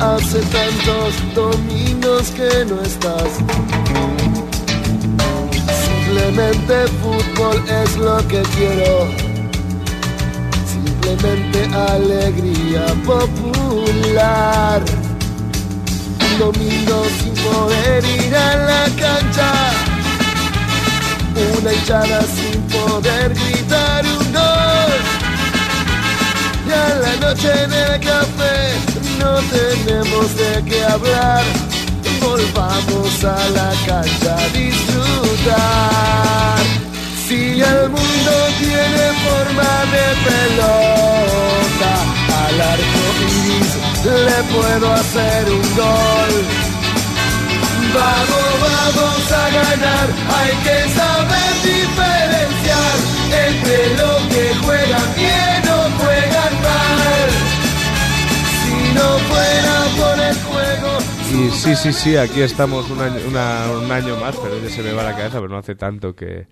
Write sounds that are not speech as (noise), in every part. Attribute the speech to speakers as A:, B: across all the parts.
A: Hace tantos domingos que no estás. Simplemente fútbol es lo que quiero. Simplemente alegría popular. Un domingo sin poder ir a la cancha. Una hinchada sin poder gritar un gol. Y a la noche en el café no tenemos de qué hablar. Volvamos a la cancha a disfrutar. Si el mundo tiene forma de pelota, al arco iris le puedo hacer un gol. Vamos, vamos a ganar, hay que saber diferenciar entre lo que juegan bien o juegan mal. Si no fuera por el juego,
B: Y sí, sí, sí, aquí estamos un año, una- un año más, pero ya se me va la cabeza, pero no hace tanto que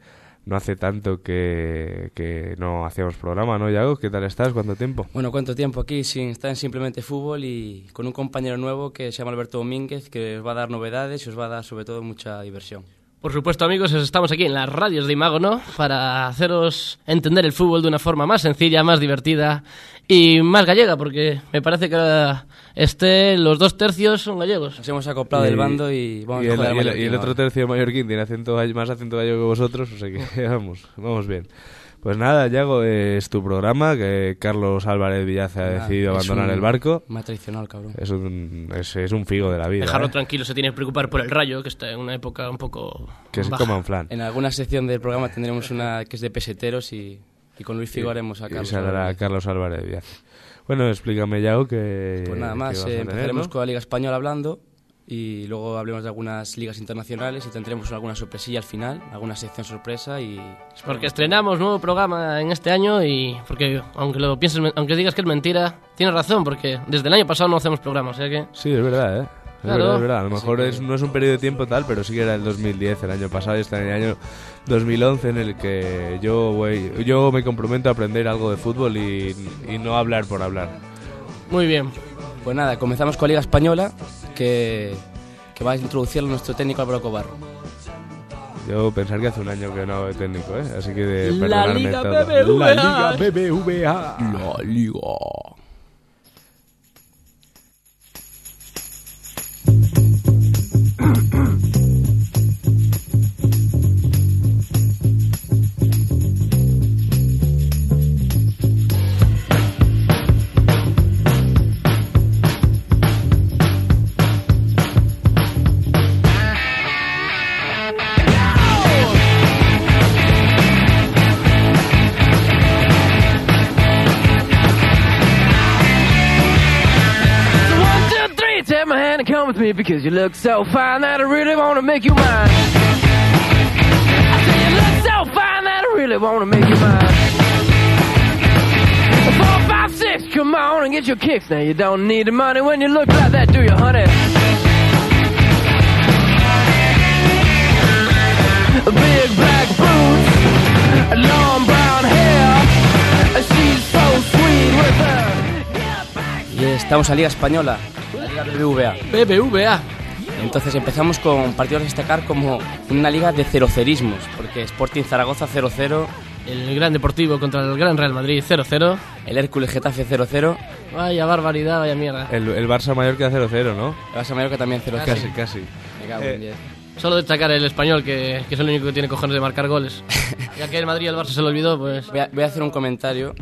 B: no hace tanto que, que no hacíamos programa, ¿no, Yago? ¿Qué tal estás? ¿Cuánto tiempo?
C: Bueno, cuánto tiempo aquí sin estar en simplemente fútbol y con un compañero nuevo que se llama Alberto Domínguez que os va a dar novedades y os va a dar sobre todo mucha diversión.
D: Por supuesto, amigos, estamos aquí en las radios de Imago, ¿no? Para haceros entender el fútbol de una forma más sencilla, más divertida y más gallega, porque me parece que ahora este, los dos tercios son gallegos.
C: Nos hemos acoplado del bando y vamos
B: y
C: a
B: el,
C: jugar
B: y
C: al
B: el-
C: Mallorquín
B: y el otro
C: ahora.
B: tercio mallorquín tiene acento, gall- más acento gallego que vosotros, o sea que (laughs) vamos, vamos bien. Pues nada, Yago, eh, es tu programa, que Carlos Álvarez Villaza ha
C: Nada,
B: decidido
C: Ah, es
B: abandonar
C: un-
B: el barco.
C: Me ha traicionado el cabrón.
B: Es un, es, es un figo de la vida.
D: Dejarlo
B: ¿eh?
D: tranquilo, se tiene que preocupar por el rayo, que está en una época un poco.
B: Que se
D: baja.
B: coman flan.
C: En alguna sección del programa tendremos una que es de peseteros y, y con Luis Figo haremos a Carlos.
B: Y saldrá
C: Álvarez.
B: Carlos Álvarez Villaza. Bueno, explícame, Yago, que.
C: Pues nada
B: que
C: más,
B: vas a
C: eh,
B: tener,
C: empezaremos
B: ¿no?
C: con la Liga Española hablando y luego hablemos de algunas ligas internacionales y tendremos alguna sorpresilla al final, alguna sección sorpresa y...
D: Es Porque estrenamos nuevo programa en este año y porque aunque lo pienses, aunque digas que es mentira, tienes razón porque desde el año pasado no hacemos programa, o sea que
B: Sí, es verdad, ¿eh? Es
D: Claro.
B: verdad, es verdad. A lo mejor es- no es un periodo de tiempo tal, pero sí que era el 2010, el año pasado, y está en el año 2011 en el que yo, güey, yo me comprometo a aprender algo de fútbol y, y no hablar por hablar.
D: muy bien.
C: Pues nada, comenzamos con la Liga Española que, que va a introducir nuestro técnico Álvaro Cobar.
B: Yo pensar que hace un año que no hago de técnico, ¿eh? Así que de
D: La
B: perdonarme
D: Liga
B: todo.
D: BBVA.
B: La Liga BBVA.
E: One, two, three, take my hand and come with me because you look so fine that I really want to make you mine. I say you look so fine that I really want to make you mine. Four, five, six, come on and get your kicks. Now you don't need the money when you look like that, do you, honey? Big black boots, long brown hair. She's so sweet with her.
C: Y estamos en la Liga Española, la Liga BBVA.
D: BBVA.
C: Entonces empezamos con partidos a destacar como una liga de cerocerismos, porque Sporting Zaragoza 0-0,
D: El Gran Deportivo contra el Gran Real Madrid 0-0.
C: el Hércules Getafe 0-0,
D: Vaya barbaridad, vaya mierda.
B: El, el Barça mayor que 0-0, ¿no?
C: el Barça Mallorca también 0-0.
B: Casi, casi.
C: Me cago en
B: Eh,
C: diez.
D: Solo destacar el español, que, que es el único que tiene cojones de marcar goles. Ya que el Madrid y el Barça se lo olvidó, pues.
C: Voy a, voy a hacer un comentario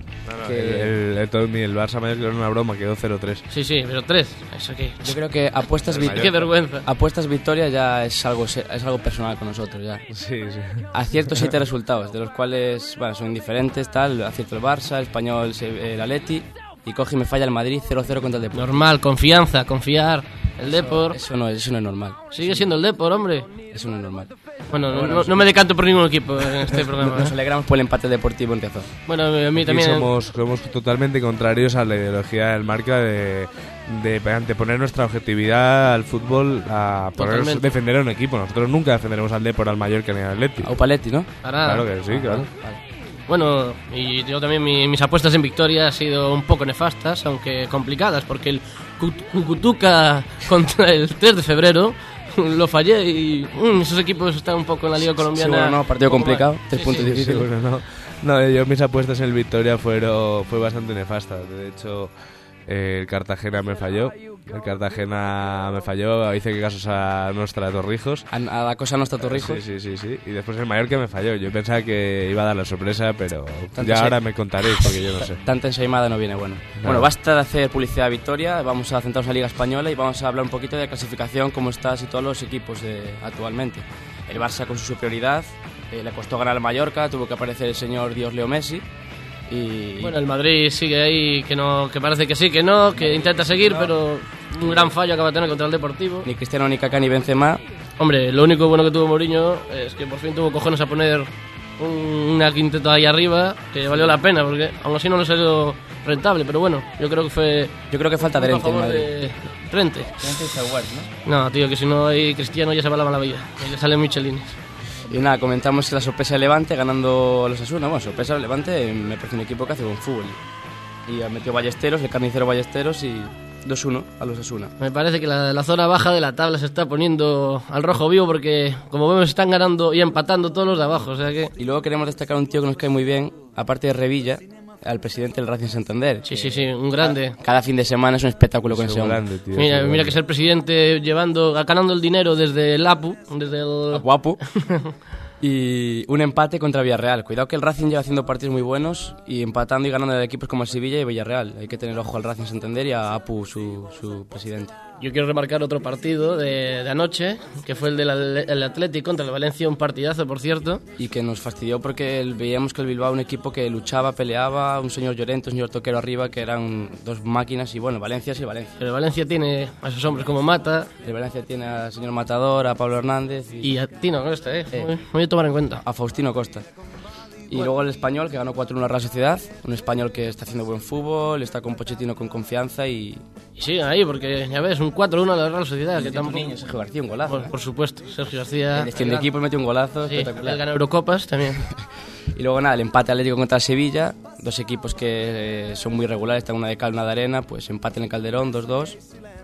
C: que
B: El, el, el Tony, el Barça mayor que era una broma, quedó 0-3.
D: Sí, sí, pero tres. Eso qué.
C: yo creo que apuestas, vi-
D: Qué vergüenza.
C: apuestas victoria ya es algo, se- es algo personal con nosotros ya.
B: (laughs) Sí, sí.
C: Acierto
B: (laughs)
C: siete resultados, de los cuales bueno, son indiferentes, tal, acierto el Barça, el Español, se- el Atleti y coge y me falla el Madrid 0-0 contra el Deportivo.
D: Normal, confianza, confiar. El Depor.
C: Eso no, es- eso no es normal.
D: Sigue siendo el Depor, hombre.
C: Eso no es normal.
D: Bueno, no, no- no me decanto por ningún equipo en este programa.
C: (laughs) Nos
B: Ah.
D: ¿eh?
C: alegramos por el empate deportivo en Riazor.
D: Bueno, a mí
B: Aquí
D: también.
B: somos, somos totalmente contrarios a la ideología del marca de, de anteponer nuestra objetividad al fútbol a poner,
D: Totalmente.
B: defender a un equipo. Nosotros nunca defenderemos al Depor, al Mallorca ni al Atleti.
C: A Upaletti, ¿no?
D: Para nada.
B: Claro que sí, claro.
D: Bueno, y yo también mi- mis apuestas en victoria han sido un poco nefastas, aunque complicadas, porque el Cu- Cucutuca contra el 3 de febrero (laughs) lo fallé y mm, esos equipos están un poco en la liga colombiana.
C: bueno, no, partido
D: un poco mal.
C: complicado, tres puntos
B: Sí,
C: difíciles.
B: bueno, no. No, yo mis apuestas en el Victoria fueron fue bastante nefasta. De hecho, eh, el Cartagena me falló. El Cartagena me falló. Hice que casos a nuestra Torrijos.
C: A, a la cosa no está Torrijos.
B: Sí, sí, sí, sí. Y después el Mallorca me falló. Yo pensaba que iba a dar la sorpresa, pero
C: Tanto
B: ya
C: sé.
B: ahora me contaréis porque yo no
D: (laughs)
B: sé.
C: Tanta ensaimada no viene bueno. Bueno, basta de hacer publicidad a Victoria, vamos a centrarnos en la Liga Española y vamos a hablar un poquito de clasificación, cómo están situados los equipos de- actualmente. El Barça con su superioridad, eh, le costó ganar al Mallorca, tuvo que aparecer el señor Dios Leo Messi y...
D: Bueno, el Madrid sigue ahí, que no, que parece que sí, que no, que intenta seguir, pero un gran fallo acaba de tener contra el Deportivo.
C: ni Cristiano, ni Kaká, ni Benzema.
D: Hombre, lo único bueno que tuvo Mourinho es que por fin tuvo cojones a poner un- una quinteta ahí arriba, que valió la pena, porque aún así no le salió rentable, pero bueno, yo creo que fue...
C: Yo creo que falta
D: a
C: adherente en
D: favor
C: Madrid.
D: de Trente. No, tío, que si no hay Cristiano ya se va la mala vida, y le salen Michelines.
C: Y nada, comentamos la sorpresa de Levante ganando los Asuna. Bueno, sorpresa del Levante, me parece un equipo que hace buen fútbol. Y ha metido Ballesteros, el carnicero Ballesteros y 2-1 a los Asuna.
D: Me parece que la, la zona baja de la tabla se está poniendo al rojo vivo porque, como vemos, están ganando y empatando todos los de abajo. O sea que,
C: Y luego queremos destacar un tío que nos cae muy bien, aparte de Revilla, al presidente del Racing Santander.
D: sí, sí, sí, un grande.
C: Cada fin de semana es un espectáculo con
B: Es
C: ese
B: un
C: hombre.
B: grande, tío, es
D: Mira,
B: un
D: mira
B: grande.
D: que es el presidente llevando, ganando el dinero desde el APU, desde el...
C: (laughs) Guapo. Y un empate contra Villarreal. Cuidado que el Racing lleva haciendo partidos muy buenos y empatando y ganando de equipos como el Sevilla y Villarreal. Hay que tener ojo al Racing Santander y a Apu, su, su presidente.
D: Yo quiero remarcar otro partido de, de anoche, que fue el del Atle- el Atlético contra el Valencia, un partidazo, por cierto.
C: y que nos fastidió porque el- veíamos que el Bilbao era un equipo que luchaba, peleaba, un señor Llorente, un señor Toquero arriba, que eran dos máquinas y bueno, Valencia sí, Valencia.
D: Pero el Valencia tiene a sus hombres como Mata
C: El Valencia tiene al señor Matador, a Pablo Hernández y,
D: y a Tino Costa, ¿eh?
C: Eh.
D: Muy- Muy a tomar en cuenta.
C: a Faustino Costa. Y luego el español, que ganó 4-1 a Real Sociedad, un español que está haciendo buen fútbol, está con Pochettino con confianza y...
D: Y siguen ahí, porque ya ves, un 4-1 a la Real Sociedad, que tampoco...
C: Sergio García, un golazo.
D: Por,
C: ¿eh?
D: por supuesto, Sergio García.
C: El extiende equipo metió un golazo
D: Sí,
C: espectacular.
D: él gana Eurocopas también.
C: Y luego nada, el empate Atlético contra el Sevilla, dos equipos que eh, son muy regulares, están una de cal, una de arena, pues empate en el Calderón, 2-2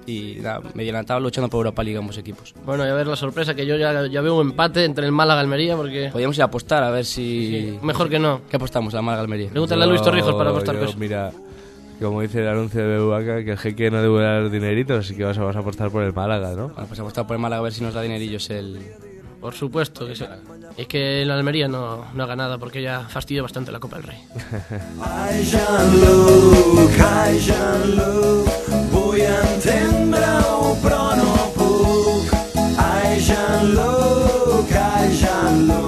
C: y nada, mediana tabla luchando por Europa League ambos equipos.
D: Bueno, y a ver la sorpresa, que yo ya, ya veo un empate entre el Málaga y Almería, porque
C: Podríamos ir a apostar a ver si...
D: mejor que no.
C: ¿Qué apostamos? La Málaga Almería.
D: Pregúntale a Luis Torrijos para apostar
B: Yo,
D: cosas.
B: Mira, como dice el anuncio de BVACA, que el jeque no debe dar dinerito, así que vas a, vas a apostar por el Málaga, ¿no?
C: Bueno, pues apostar por el Málaga a ver si nos da dinerillos el...
D: Por supuesto que sí. Es que el Almería no, no haga nada, porque ya fastidió bastante la Copa del Rey.
A: Ay, Jean-Luc, ai, Jean-Luc, vull entendre-ho però no puc. Ai, Jean-Luc, ai, Jean-Luc.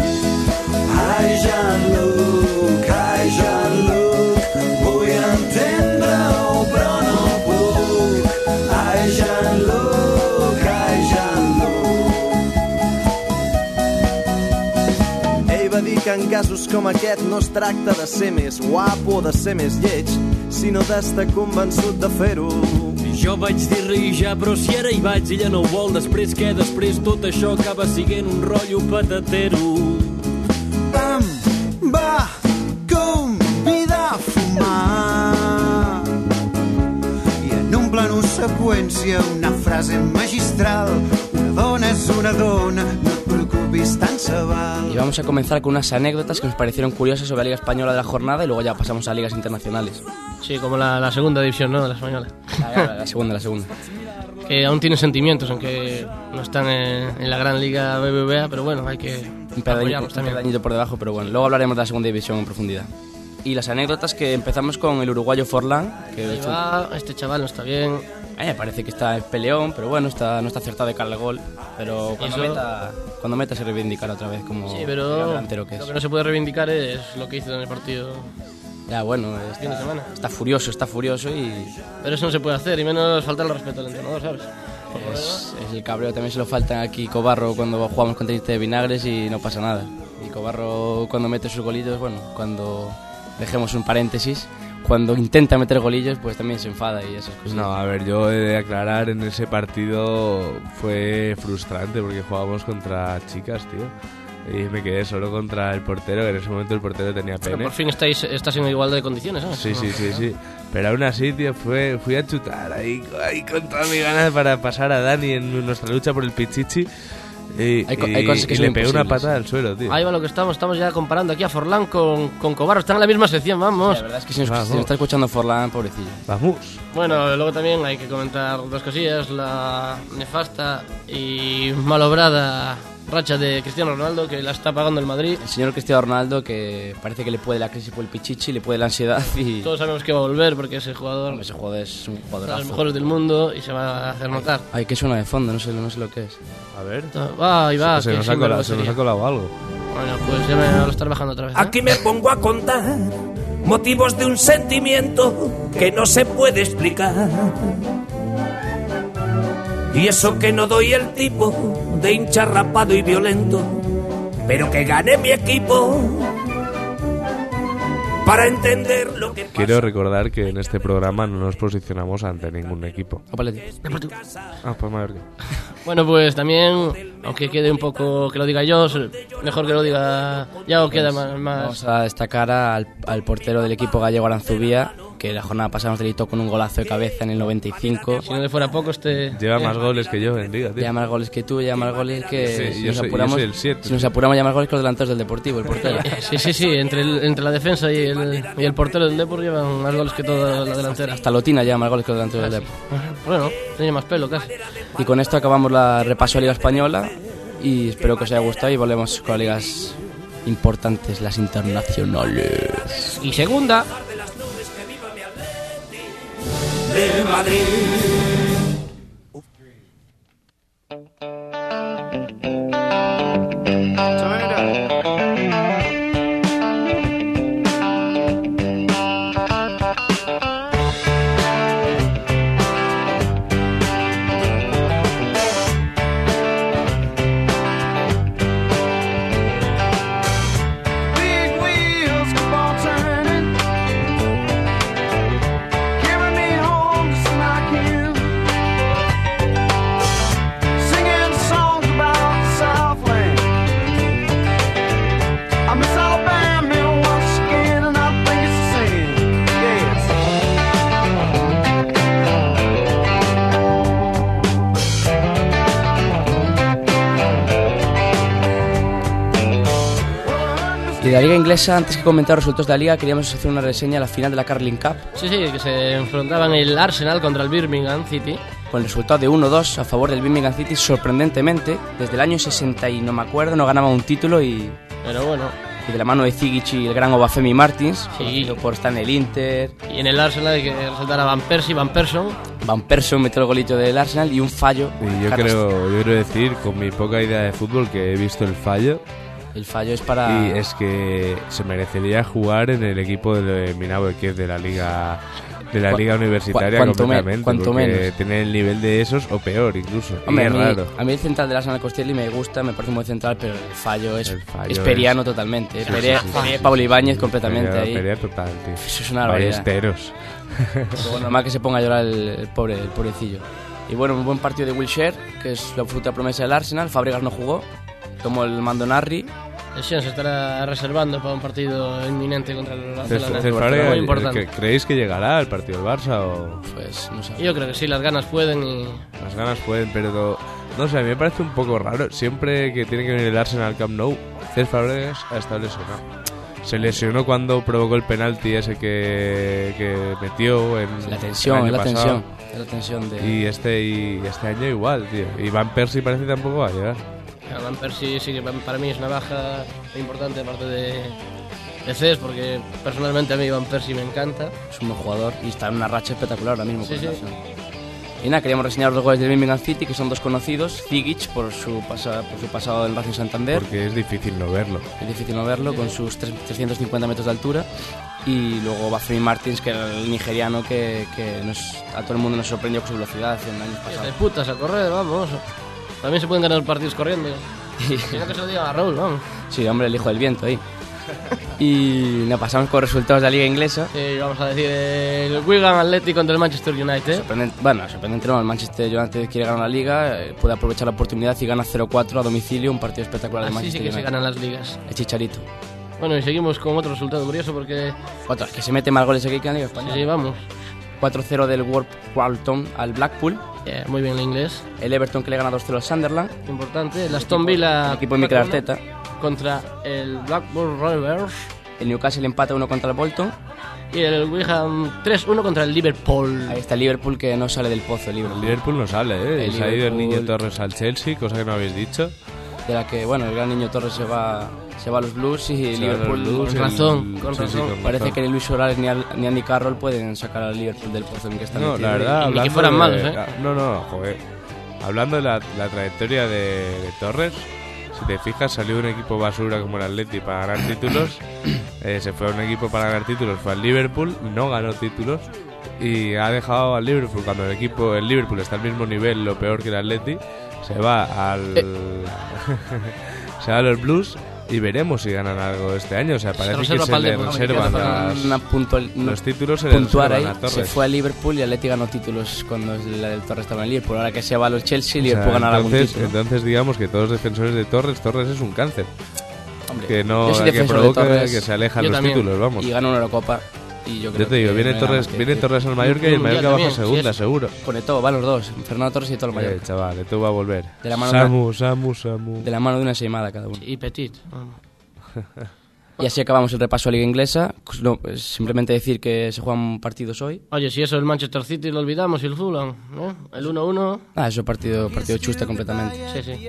A: Ai, Jean-Luc, ai, Jean-Luc, vull entendre-ho però no puc. Ai, Jean-Luc, ai, Jean-Luc.
F: Ell va dir que en casos com aquest no es tracta de ser més guapo o de ser més lleig, sinó d'estar convençut de fer-ho.
G: Jo vaig dir-li ja, però si ara hi vaig, ella no ho vol. Després què? Després tot això acaba siguent un rotllo patatero.
F: Pam, va, convidar a fumar. I en un plano seqüència, una frase magistral. Una dona és una dona, no et preocupis, tant se val.
C: Y vamos a comenzar con unas anécdotas que nos parecieron curiosas sobre la Liga Española de la jornada y luego ya pasamos a ligas internacionales.
D: Sí, como la, la segunda división, ¿no? De la española.
C: La, la- la segunda, la segunda.
D: Que aún tiene sentimientos, aunque no están en, en la gran liga BBVA, pero bueno, hay que
C: Un pedañito,
D: apoyarlos
C: un
D: también.
C: pedañito por debajo, pero bueno, luego hablaremos de la segunda división en profundidad. Y las anécdotas que empezamos con el uruguayo Forlán, que
D: Ahí
C: es un- a
D: va, este chaval no está bien.
C: mí me parece que está en peleón, pero bueno, está, no está acertado de cara al gol. Pero cuando,
D: Eso-
C: meta, cuando meta se reivindicará otra vez como
D: Sí,
C: el
D: pero
C: delantero que es.
D: lo que no se puede reivindicar es lo que hizo en el partido.
C: Ya, bueno,
D: Fin de semana.
C: está, está furioso, está furioso y
D: Pero eso no se puede hacer, y menos faltar el respeto al entrenador, ¿sabes? Por lo
C: es,
D: menos.
C: es el cabreo. También se lo faltan aquí Cobarro cuando jugamos contra Inter de Vinagres y no pasa nada. Y Cobarro cuando mete sus golitos, bueno, cuando dejemos un paréntesis, cuando intenta meter golillos, pues también se enfada y esas cosas.
B: No, a ver, yo he de aclarar, en ese partido fue frustrante porque jugábamos contra chicas, tío. Y me quedé solo contra el portero, que en ese momento el portero tenía
D: Pero
B: pene.
D: por fin estáis, estás en igualdad de condiciones, ¿sabes?
B: Sí, sí, sí, sí. Pero aún así, tío, fue, fui a chutar ahí, ahí con todas mis ganas para pasar a Dani en nuestra lucha por el pichichi. Y,
C: Hay co-
B: y-
C: hay cosas que
B: y
C: son
B: le pegué una
C: imposibles.
B: patada al suelo, tío.
D: Ahí va lo que estamos, estamos ya comparando aquí a Forlán con, con Cobarro, están en la misma sección, vamos.
C: La verdad es que si nos,
B: Vamos.
C: si nos está escuchando Forlán, pobrecillo.
B: Vamos.
D: Bueno, luego también hay que comentar dos cosillas, la nefasta y malobrada racha de Cristiano Ronaldo que la está pagando el Madrid.
C: El señor Cristiano Ronaldo, que parece que le puede la crisis por el pichichi, le puede la ansiedad y...
D: Todos sabemos que va a volver porque ese jugador
C: Hombre, Ese jugador es un
D: es de los
C: jugadorazo.
D: mejores del mundo y se va a hacer notar.
C: Ay, que suena de fondo, no sé, no sé lo que es.
B: A ver.
D: Va, y
C: Ah,
D: va,
B: se,
D: que
B: nos
D: sí
B: ha
D: me
B: colado,
D: lo
B: se nos
D: sería.
B: ha colado algo.
D: Bueno, pues ya me lo estar bajando otra vez. ¿eh?
H: Aquí me pongo a contar motivos de un sentimiento que no se puede explicar. Y eso que no doy el tipo de hincha rapado y violento, pero que gane mi equipo para entender lo que
B: Quiero
H: pasa.
B: recordar que en este programa no nos posicionamos ante ningún equipo.
C: Opa, Leti.
B: Ah, pues Mallorca.
D: Bueno, pues también, aunque quede un poco que lo diga yo, mejor que lo diga ya o queda
B: Pues
D: más.
C: Vamos
D: más.
C: a destacar al, al portero del equipo gallego Aranzubía, que la jornada pasada nos delitó con un golazo de cabeza en el 95.
D: Si no le fuera poco, este.
B: Lleva más goles que yo en Liga, tío.
C: Lleva más goles que tú, lleva más goles que...
B: Sí, yo soy- yo soy el siete.
C: si nos apuramos, lleva más goles que los delanteros del Deportivo, el portero.
D: (laughs) Sí, sí, sí, entre, el- entre la defensa y el, y el portero del Depor llevan más goles que toda la delantera.
C: Hasta Lotina lleva más goles que los delanteros
B: Ah,
C: del Deportivo.
D: Bueno, tiene más pelo casi.
C: Y con esto acabamos la repaso de Liga Española y espero que os haya gustado y volvemos con las ligas importantes, las internacionales.
D: Y segunda,
H: de Madrid.
E: Big wheels keep on turning, carrying me home just like you. Singing songs about the Southland. I miss Alabama once again, and I think it's the same. Yes.
C: Y de la liga inglesa, antes que comentar los resultados de la liga, queríamos hacer una reseña a la final de la Carling Cup
D: sí, sí, que se enfrentaban el Arsenal contra el Birmingham City.
C: con el resultado de 1-2 a favor del Birmingham City, sorprendentemente. Desde el año 60 y no me acuerdo, no ganaba un título y,
D: Pero bueno,
C: y de la mano de Zigic y el gran Obafemi Martins,
D: Sí.
C: conocido por estar en el Inter,
D: y en el Arsenal hay que resaltar a Van Persie, Van Persson.
C: Van Persie metió el golito del Arsenal y un fallo.
B: Y yo creo, yo quiero decir, con mi poca idea de fútbol, que he visto el fallo,
C: El fallo es para...
B: y es que se merecería jugar en el equipo de Minabo que es de la liga de la
C: Cu-
B: liga
C: cu-
B: universitaria
C: cuanto me-
B: completamente,
C: cuanto
B: porque
C: menos.
B: tiene el nivel de esos o peor incluso. Y
C: Hombre, a
B: es
C: mí,
B: raro.
C: a mí el central de la Sana Costelli me gusta, me parece muy central, pero el fallo es,
B: El fallo
C: es periano
B: es-
C: totalmente.
B: Sí,
C: Perea-
B: sí, sí,
C: Perea
B: sí,
C: Pablo
B: sí,
C: Ibáñez
B: sí,
C: completamente
B: pelea-
C: ahí.
B: pelea total, tío.
C: Eso es una barbaridad.
B: Ballesteros.
C: Luego, normal que se ponga a llorar el, el pobre, el pobrecillo. Y bueno, un buen partido de Wilshere, que es la fruta promesa del Arsenal. Fabregas no jugó, tomó el mando Narri.
D: El Sion se estará reservando para un partido inminente contra el
B: Cesc-
D: Arsenal.
B: Cesc Fabregas,
D: Muy importante.
B: ¿cre- ¿creéis que llegará al partido del Barça o
C: Pues no sé.
D: Yo creo que sí, las ganas pueden y
B: las ganas pueden, pero no sé, a mí me parece un poco raro. Siempre que tiene que venir el Arsenal al Camp Nou, Cesc Fabregas ha estado lesionado. Se lesionó cuando provocó el penalti ese que, que metió en
C: La
B: el
C: tensión,
B: año
C: es la
B: pasado.
C: tensión. Es la tensión de.
B: Y este, y este año igual, tío. Y Van Persie parece que tampoco va a llegar.
D: A Van Persie sí que pa- para mí es una baja importante aparte de, de Cés, porque personalmente a mí Van Persie me encanta.
C: Es un buen jugador y está en una racha espectacular ahora mismo.
D: Sí,
C: con el
D: sí.
C: Arsenal. Y nada, queríamos reseñar los dos goles del Birmingham City, que son dos conocidos. Zigic por su, pasa- por su pasado en Racing Santander.
B: Porque es difícil no verlo.
C: Es difícil no verlo, con sus tres- 350 metros de altura. Y luego Bafemi Martins, que era el nigeriano que, que nos- a todo el mundo nos sorprendió con su velocidad en años
D: De
C: pasados.
D: putas a correr, vamos.
C: (laughs)
D: También se pueden ganar partidos corriendo. Si no que se lo diga a Raúl, vamos.
C: Sí, hombre, el hijo del viento ahí. (laughs) Y nos pasamos con resultados de la liga inglesa.
D: Sí, vamos a decir el Wigan Athletic contra el Manchester United.
C: Sorprenden- bueno, sorprendente no, el Manchester United quiere ganar la liga, eh, puede aprovechar la oportunidad y gana 0-4 a domicilio, un partido espectacular de
D: Así Ah, sí
C: Manchester
D: que se
C: United.
D: ganan las ligas.
C: El Chicharito.
D: Bueno, y seguimos con otro resultado curioso porque
C: Otro, es que se mete más goles aquí que en la liga
D: sí,
C: española.
D: sí, vamos.
C: 4-0 del Wolverhampton al Blackpool,
D: Yeah, Eh, muy bien el inglés,
C: el Everton que le gana 2-0 al Sunderland,
D: importante. El Aston Villa
C: el equipo de Mikel
D: Blackburn
C: Arteta,
D: contra el Blackburn Rovers
C: el Newcastle empata 1 contra el Bolton,
D: y el Wigan 3-1 contra el Liverpool.
C: ahí está el Liverpool que no sale del pozo, el
B: El
C: Liverpool,
B: Liverpool no sale, ¿eh?
C: El
B: Se ha ido el niño
C: Liverpool.
B: Torres al Chelsea, cosa que no habéis dicho.
C: de la que, bueno, el gran niño Torres se va, se va a los Blues
B: Se
C: y el
B: va a los
C: Liverpool...
B: Blues,
D: con razón, con
B: sí, sí,
D: razón.
C: Parece
B: razón.
C: que ni Luis Suárez ni, al- ni Andy Carroll pueden sacar al Liverpool del pozo en que están
B: No,
C: metido.
B: la verdad,
D: ni que
B: hablando
D: fueran
B: de-
D: malos, ¿eh?
B: No, no, joder. Hablando de la, la trayectoria de, de Torres, si te fijas, salió un equipo basura como el Atleti para ganar
D: (coughs)
B: títulos. eh, se fue a un equipo para ganar títulos, fue al Liverpool, no ganó títulos. Y ha dejado al Liverpool, cuando el equipo, el Liverpool está al mismo nivel, lo peor que el Atleti, se va al.
D: Eh.
B: (laughs) se va a los Blues y veremos si ganan algo este año. O sea, parece que
D: reserva
B: se
D: pa'l
B: le
D: Liverpool.
B: reservan
D: Para
B: las-
C: Una puntual- una-
B: los títulos, se le
C: puntuar
B: reservan
C: ahí.
B: a Torres.
C: Se fue a Liverpool y Atleti ganó títulos cuando la del Torres estaba en Liverpool. Ahora que se va a los Chelsea,
B: O sea,
C: Liverpool ganará algún
B: entonces,
C: título.
B: entonces digamos que todos los defensores de Torres, Torres es un cáncer.
C: Hombre,
B: Que no
C: yo soy
B: que
C: defensor de
B: provoca
C: Torres
B: que se alejan
D: Yo
B: los
D: también.
B: títulos, vamos.
C: y gana una Eurocopa. Y yo, creo
B: Yo te digo,
C: que
B: viene
C: no hay nada
B: Torres,
C: más que
B: viene
C: decir.
B: Torres al Mallorca y el
D: Mm,
B: Mallorca
D: ya
B: baja
D: también, sí,
B: segunda,
D: es-
B: seguro.
C: Con Eto'o, van los dos. Fernando Torres y todo el
B: Eh,
C: Mallorca.
B: chaval, tú va a volver.
C: De la mano
B: Samu, Samu, Samu.
C: De la mano de una seimada cada uno.
D: Y Petit.
C: Y así acabamos el repaso a Liga Inglesa. Pues no, pues simplemente decir que se juegan partidos hoy.
D: Oye, si eso el Manchester City lo olvidamos y el Fulham, ¿no? El 1-1.
C: Ah, eso partido, partido chusta completamente.
D: Sí, sí.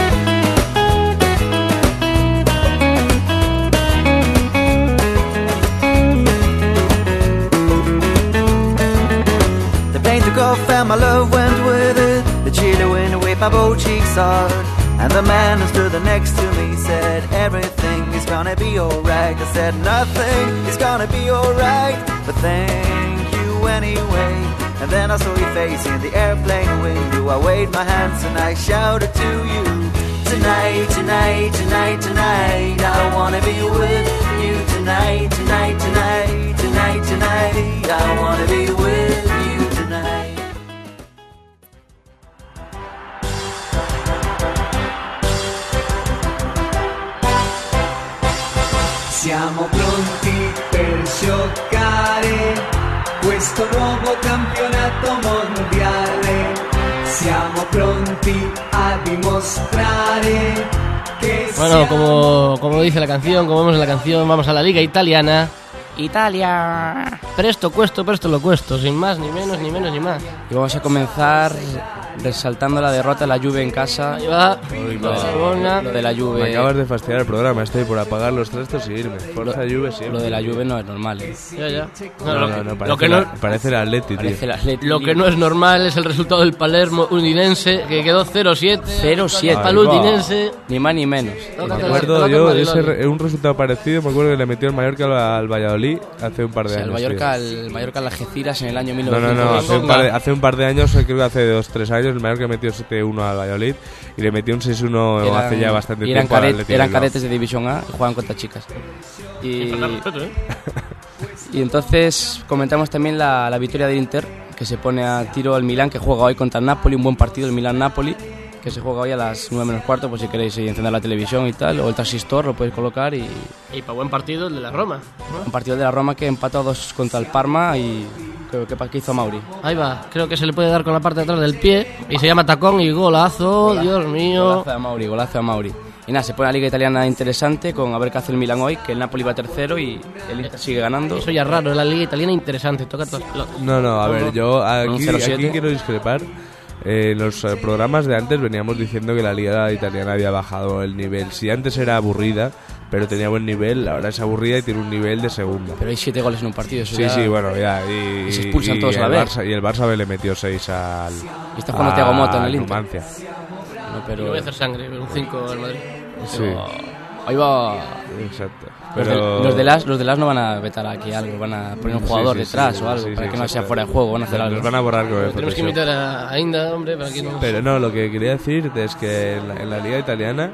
A: The plane took off and my love went with it. The chilly wind whipped my both cheeks hard. And the man who stood next to me said, Everything is gonna be alright. I said, Nothing is gonna be alright. But thank you anyway. And then I saw your face in the airplane window. I waved my hands and I shouted to you. Tonight, tonight, tonight, tonight, I wanna be with you. Tonight, tonight, tonight, tonight, tonight, I wanna be with you tonight.
I: Siamo pronti per giocare questo nuovo campionato mondiale. Siamo pronti a dimostrare che
D: Bueno,
I: siamo
D: como, como dice la canción, como vemos en la canción, vamos a la liga italiana. Italia. Presto, cuesto, presto, lo cuesto. Sin más, ni menos, ni menos, ni más.
C: Y vamos a comenzar resaltando la derrota de la Juve en casa.
D: Ahí va.
C: Lo de-
D: Barcelona.
C: lo de la Juve.
B: Me acabas de fastidiar el programa, estoy por apagar los trastos y irme. Forza Juve siempre.
C: Lo de la Juve no es normal. eh.
D: Ya, ya. No,
B: No,
D: lo,
B: no,
D: que,
B: no,
D: lo
B: parece,
D: que
B: la-
D: no,
B: parece el Atleti, tío.
C: Parece el Atleti.
D: lo que no es normal es el resultado del Palermo Udinense, que quedó 0-7.
C: 0-7.
D: Para el
B: Ahí va.
D: Udinense.
C: Ni más ni menos.
D: Toca
B: Me
D: que-
B: acuerdo
D: toca que
B: yo,
D: Madrid,
B: ese
D: Loli.
B: re- un resultado parecido, me acuerdo que le metió el Mallorca al, al Valladolid hace un par
C: O
B: de
C: sea,
B: años.
C: el
B: tío.
C: Mallorca, el Mallorca a las Algeciras en el año
B: No, no,
C: 1900.
B: no, hace un, par de, hace un par de años, creo que hace 2-3 años, el Mallorca metió 7-1 al Valladolid y le metió un 6-1
C: Eran-
B: hace ya bastante
C: eran
B: tiempo al
C: cadet-
B: Athletic
C: eran
B: de Bilbao.
C: cadetes de División A y jugaban contra chicas. Y, y entonces comentamos también la, la victoria del Inter, que se pone a tiro al Milán, que juega hoy contra el Napoli, un buen partido el Milán-Napoli, que se juega hoy a las 9 menos cuarto, por si queréis eh, encender la televisión y tal, o el transistor lo podéis colocar y
D: Y para buen partido el de la Roma. ¿no?
C: un partido de la Roma que empató a dos contra el Parma y creo que que hizo Mauri.
D: Ahí va. Creo que se le puede dar con la parte de atrás del pie. Y se llama tacón y golazo. Dios mío.
C: Golazo de Mauri, golazo de Mauri. Y nada, se pone la liga italiana interesante con a ver qué hace el Milan hoy, que el Napoli va tercero y el Inter sigue ganando.
D: Eso ya es raro. La liga italiana interesante. Toca to- lo-
B: No, no, a ver, yo aquí,
C: 0-7.
B: aquí quiero discrepar. Eh, en los eh, programas de antes veníamos diciendo que la liga italiana había bajado el nivel. Si antes era aburrida, pero tenía buen nivel. Ahora es aburrida y tiene un nivel de segunda.
C: Pero hay siete goles en un partido, eso
B: Sí,
C: ya-
B: sí, bueno, ya. Y,
C: Y se expulsan todos a la
B: el
C: vez.
B: Barça- y el Barça B le metió 6 al.
C: Y está jugando Thiago Motta en el
B: a
C: Inter.
B: Numancia.
C: No,
D: Yo
C: pero
D: voy a hacer sangre, un 5 al Madrid.
B: Sí,
C: ahí va...
B: exacto.
C: Los de-
B: Pero-
C: Los, de las, los de las no van a vetar aquí algo, van a poner un
B: Sí,
C: jugador
B: sí, sí,
C: detrás
B: sí,
C: o algo
B: sí,
C: para
B: sí,
C: que no sea
B: exacto.
C: fuera de juego, van a hacer algo.
B: Nos van a borrar con el
D: Tenemos que
B: Photoshop.
D: invitar a a Inda, hombre, para que no...
B: Pero no, lo que quería decir es que en la, en la liga italiana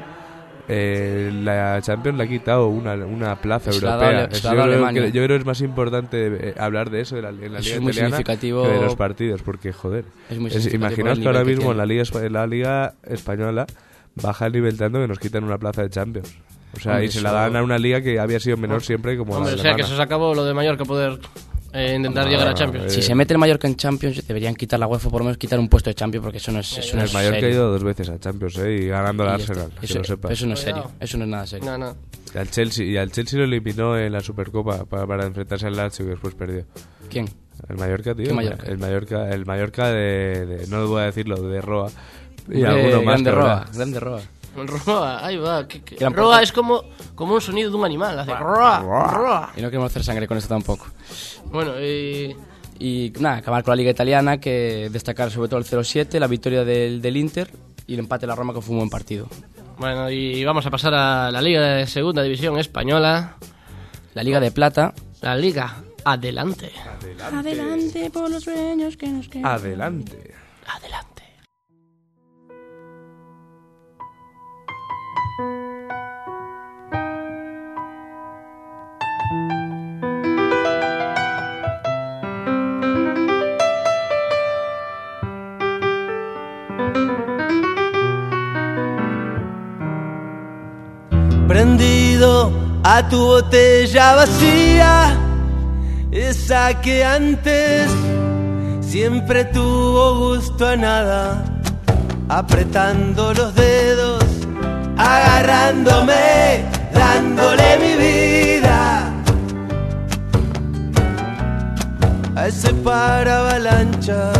B: eh, la Champions le ha quitado una, una plaza
C: Se la ha dado-
B: europea.
C: se
B: Es-
C: la ha
B: yo,
C: dado
B: creo
C: Alemania.
B: que, yo creo que es más importante eh, hablar de eso de la, en la
C: Eso
B: liga
C: es muy
B: italiana
C: significativo.
B: que de los partidos, porque joder.
C: Es muy
B: Es-
C: significativo
B: imaginaos
C: el
B: que ahora
C: nivel que
B: mismo en
C: tiene.
B: la liga, espa- en la liga española baja el nivel tanto que nos quitan una plaza de Champions. O sea,
C: Hombre,
B: y se la
C: eso-
B: dan a una liga que había sido menor siempre como
D: Hombre,
B: la
D: o sea, que
B: alemana.
D: se os acabó lo de Mallorca poder eh, intentar llegar a Champions.
C: Si se mete el Mallorca en Champions, deberían quitar la UEFA, por lo menos quitar un puesto de Champions, porque eso no es, eso no
B: El
C: es
B: Mallorca ha
C: serio.
B: ido dos veces a Champions eh, y ganando al
C: Y ya está.
B: Arsenal, que
C: Eso,
B: lo sepas.
C: eso no es serio,
D: Cuidado.
C: eso no es nada serio.
D: No, no. (laughs)
B: Y al Chelsea, y al Chelsea lo eliminó en la Supercopa para, para enfrentarse al Lazio que después perdió.
C: ¿Quién?
B: El Mallorca, tío.
C: ¿Qué Mallorca?
B: El Mallorca, el Mallorca de, de- No voy a decirlo, de Roa. Y
C: Eh,
B: alguno más.
C: grande
B: que
C: Roa,
B: habrá.
C: grande Roa.
D: Roa, ahí va. que- que-
C: Gran
D: Roa
C: portero.
D: es como, como un sonido de un animal. Hace roa, roa.
C: Y no queremos hacer sangre con esto tampoco.
D: Bueno, y...
C: Y nada, acabar con la Liga Italiana, que destacar sobre todo el 0-7, la victoria del, del Inter y el empate de la Roma, que fue un buen partido.
D: Bueno, y vamos a pasar a la Liga de Segunda División Española.
C: La Liga de Plata,
D: La Liga, adelante.
E: Adelante por los sueños que nos quedan.
B: Adelante.
D: Adelante.
E: Prendido a tu botella vacía, esa que antes siempre tuvo gusto a nada, apretando los dedos, agarrándome, dándole mi vida. A ese para avalanchas.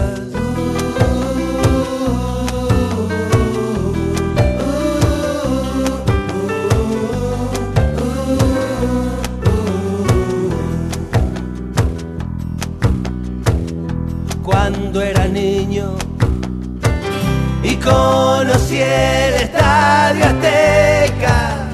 E: cuando era niño y conocí el estadio Azteca.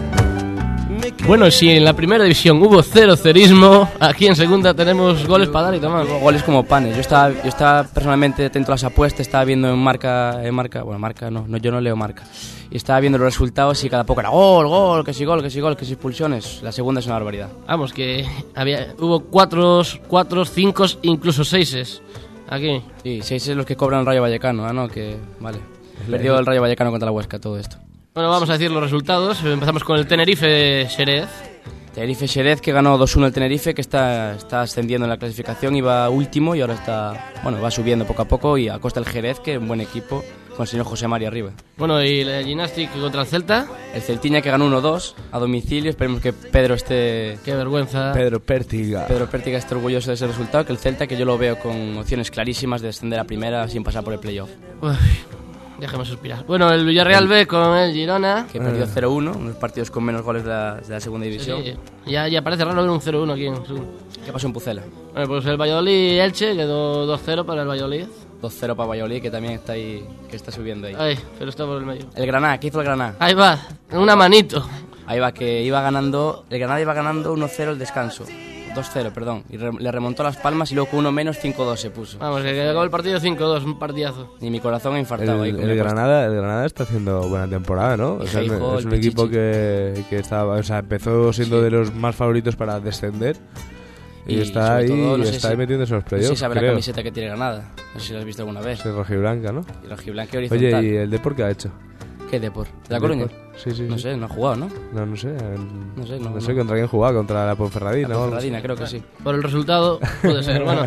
E: Me crié
D: Bueno, si en la primera división hubo cero cerismo, aquí en segunda tenemos goles para dar y tomar.
C: Luego goles como panes. Yo estaba, yo estaba personalmente atento a las apuestas, estaba viendo en marca, en marca, bueno, marca no, no, yo no leo marca. Y estaba viendo los resultados y cada poco era gol, gol, que si gol, que si gol, que si expulsiones. La segunda es una barbaridad.
D: Vamos, que había, hubo cuatro, cuatro, cinco, incluso seises. Aquí.
C: Sí, seis es los que cobran el Rayo Vallecano, ah, no, que vale. Perdió el Rayo Vallecano contra la Huesca, todo esto.
D: Bueno, vamos a decir los resultados. Empezamos con el Tenerife Xerez.
C: Tenerife Xerez que ganó 2-1 el Tenerife, que está, está ascendiendo en la clasificación, iba último y ahora está, bueno, va subiendo poco a poco y acosta el Jerez, que es un buen equipo, con el señor José María arriba.
D: Bueno, y la Gymnastic contra el Celta.
C: El Celtiña que ganó 1-2 a domicilio, esperemos que Pedro esté...
D: Qué vergüenza.
B: Pedro Pértiga.
C: Pedro Pértiga esté orgulloso de ese resultado, que el Celta que yo lo veo con opciones clarísimas de descender a primera sin pasar por el playoff.
D: Uy, déjame suspirar. Bueno, el Villarreal B con el Girona.
C: Que perdió 0-1, unos partidos con menos goles de la, de la segunda división.
D: Sí, ya, ya parece raro ver un 0-1 aquí en segunda.
C: ¿Qué pasó en Pucela?
D: Bueno, pues el Valladolid Elche quedó 2-0 para el Valladolid.
C: 2-0 para Valladolid, que también está ahí, que está subiendo ahí.
D: Ay, pero está por el medio.
C: El Granada, ¿qué hizo el Granada?
D: Ahí va, una manito.
C: Ahí va, que iba ganando, el Granada iba ganando 1-0 el descanso. 2-0, perdón. Y re- le remontó las palmas y luego con uno menos 5-2 se puso.
D: Vamos, que acabó el partido 5-2, un partidazo.
C: Y mi corazón
B: El,
C: infartado ahí. con
B: el
C: mi apuesta.
B: Granada, el Granada está haciendo buena temporada, ¿no? O sea, es,
C: Gijón,
B: es un
C: Pichichi.
B: equipo que, que estaba, o sea, empezó siendo de los más favoritos para descender y,
C: Y
B: está
C: sobre
B: ahí,
C: todo, no sé
B: está
C: si-
B: ahí metiéndose en los
C: No sé si
B: playoffs.
C: sabe la
B: creo.
C: camiseta que tiene Granada. No sé si la has visto alguna vez.
B: Es rojiblanca, ¿no?
C: Y rojiblanca y horizontal.
B: Oye, ¿y el Depor qué ha hecho?
C: ¿Qué Depor? ¿De la
B: El
C: Coruña?
B: Depor. Sí, sí,
C: No
B: sí.
C: sé, no ha jugado, ¿no?
B: No, no sé. No
C: sé,
B: no
C: no, no.
B: sé contra quién jugaba, contra la Ponferradina. o algo así.
C: Ferradina, creo
B: (laughs)
C: que sí.
D: Por el resultado, puede
C: (laughs)
D: ser, bueno.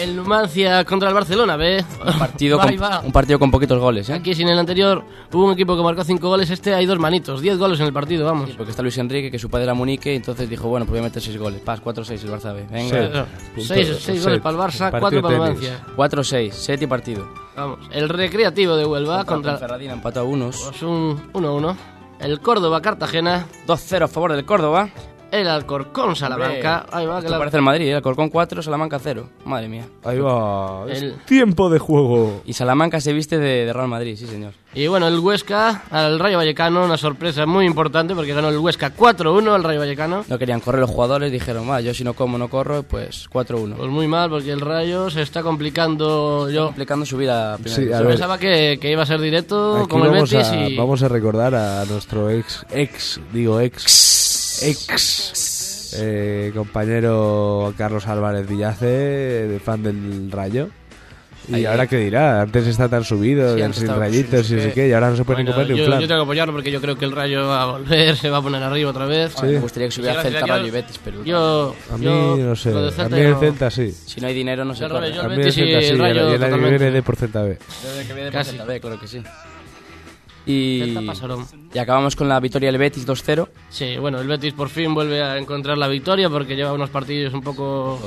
D: El Numancia contra el Barcelona, ¿ve?
C: Un partido,
D: Ahí
C: con,
D: va.
C: un partido con poquitos goles, ¿eh?
D: Aquí, si en el anterior hubo un equipo que marcó 5 goles, este hay dos manitos, 10 goles en el partido, vamos.
C: Porque está Luis Enrique, que su padre era Munique, y entonces dijo, bueno, pues voy a meter 6 goles. Paz, 4-6 el Barça B. Venga.
D: Eso, seis seis goles
B: Sí.
D: para el Barça,
B: Partido
D: 4 para el
B: tenis.
D: Numancia.
C: 4-6, 7 partido.
D: Vamos. El Recreativo de Huelva contra
C: Ferradina empató a unos.
D: pues, un 1-1. El Córdoba-Cartagena.
C: 2-0 a favor del Córdoba.
D: El Alcorcón-Salamanca. Ahí va, que
C: Esto
D: la-
C: parece el Madrid, ¿eh? Alcorcón 4, Salamanca 0. Madre mía.
B: Ahí va. Es
D: El-
B: Tiempo de juego.
C: Y Salamanca se viste de, de Real Madrid, sí, señor.
D: Y bueno, el Huesca al Rayo Vallecano, una sorpresa muy importante porque ganó el Huesca 4-1 al Rayo Vallecano.
C: No querían correr los jugadores, dijeron, va, yo si no como, no corro, pues 4-1.
D: Pues muy mal porque el Rayo se está complicando yo.
C: Complicando subir a primera
B: Sí, a
C: división.
B: ver.
D: Pensaba que, que iba a ser directo
B: Aquí
D: como el
B: vamos,
D: Betis
B: a,
D: y...
B: vamos a recordar a nuestro ex, ex, digo ex, ex eh, compañero Carlos Álvarez Villace, de fan del Rayo. Y
C: Ahí,
B: ahora qué dirá, antes está tan subido,
C: Sí,
B: y
C: antes
B: sin
C: estaba-
B: rayitos
C: sí,
B: y
C: sí,
B: no sé
C: sí.
B: qué, y ahora no se puede ni
D: Bueno,
B: comer ni
D: yo,
B: un flan.
D: yo tengo que apoyarlo porque yo creo que el Rayo va a volver, (laughs) se va a poner arriba otra vez.
B: Sí.
C: Me gustaría que subiera
D: Sí,
C: Celta,
D: gracias a
C: Rayo y
D: Dios.
C: Betis, pero
D: Yo,
B: a mí
D: yo-
B: no sé,
D: lo de
B: a
D: Celta
B: mí el
D: no-
B: Celta sí.
C: si no hay dinero no se
D: Al
C: corre.
D: revés, yo-
B: A
D: el
B: mí el
D: Betis y
B: Celta sí,
D: el
B: y el-
D: Rayo
B: y el año que
D: totalmente.
B: viene de por Celta B.
D: Casi.
C: Casi. Claro que sí. Y,
D: Celta pasaron.
C: y acabamos con la victoria del Betis 2-0.
D: Sí, bueno, el Betis por fin vuelve a encontrar la victoria porque lleva unos partidos un poco...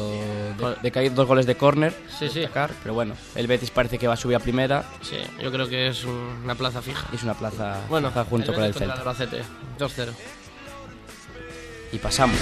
C: De, de caer dos goles de córner.
D: Sí, sí.
C: destacar, Pero bueno, el Betis parece que va a subir a primera.
D: Sí, yo creo que es un- una plaza fija.
C: y Es una plaza,
D: Bueno,
C: plaza junto
D: el
C: para el
D: Betis
C: Celta.
D: contra el Albacete, 2-0.
C: Y pasamos.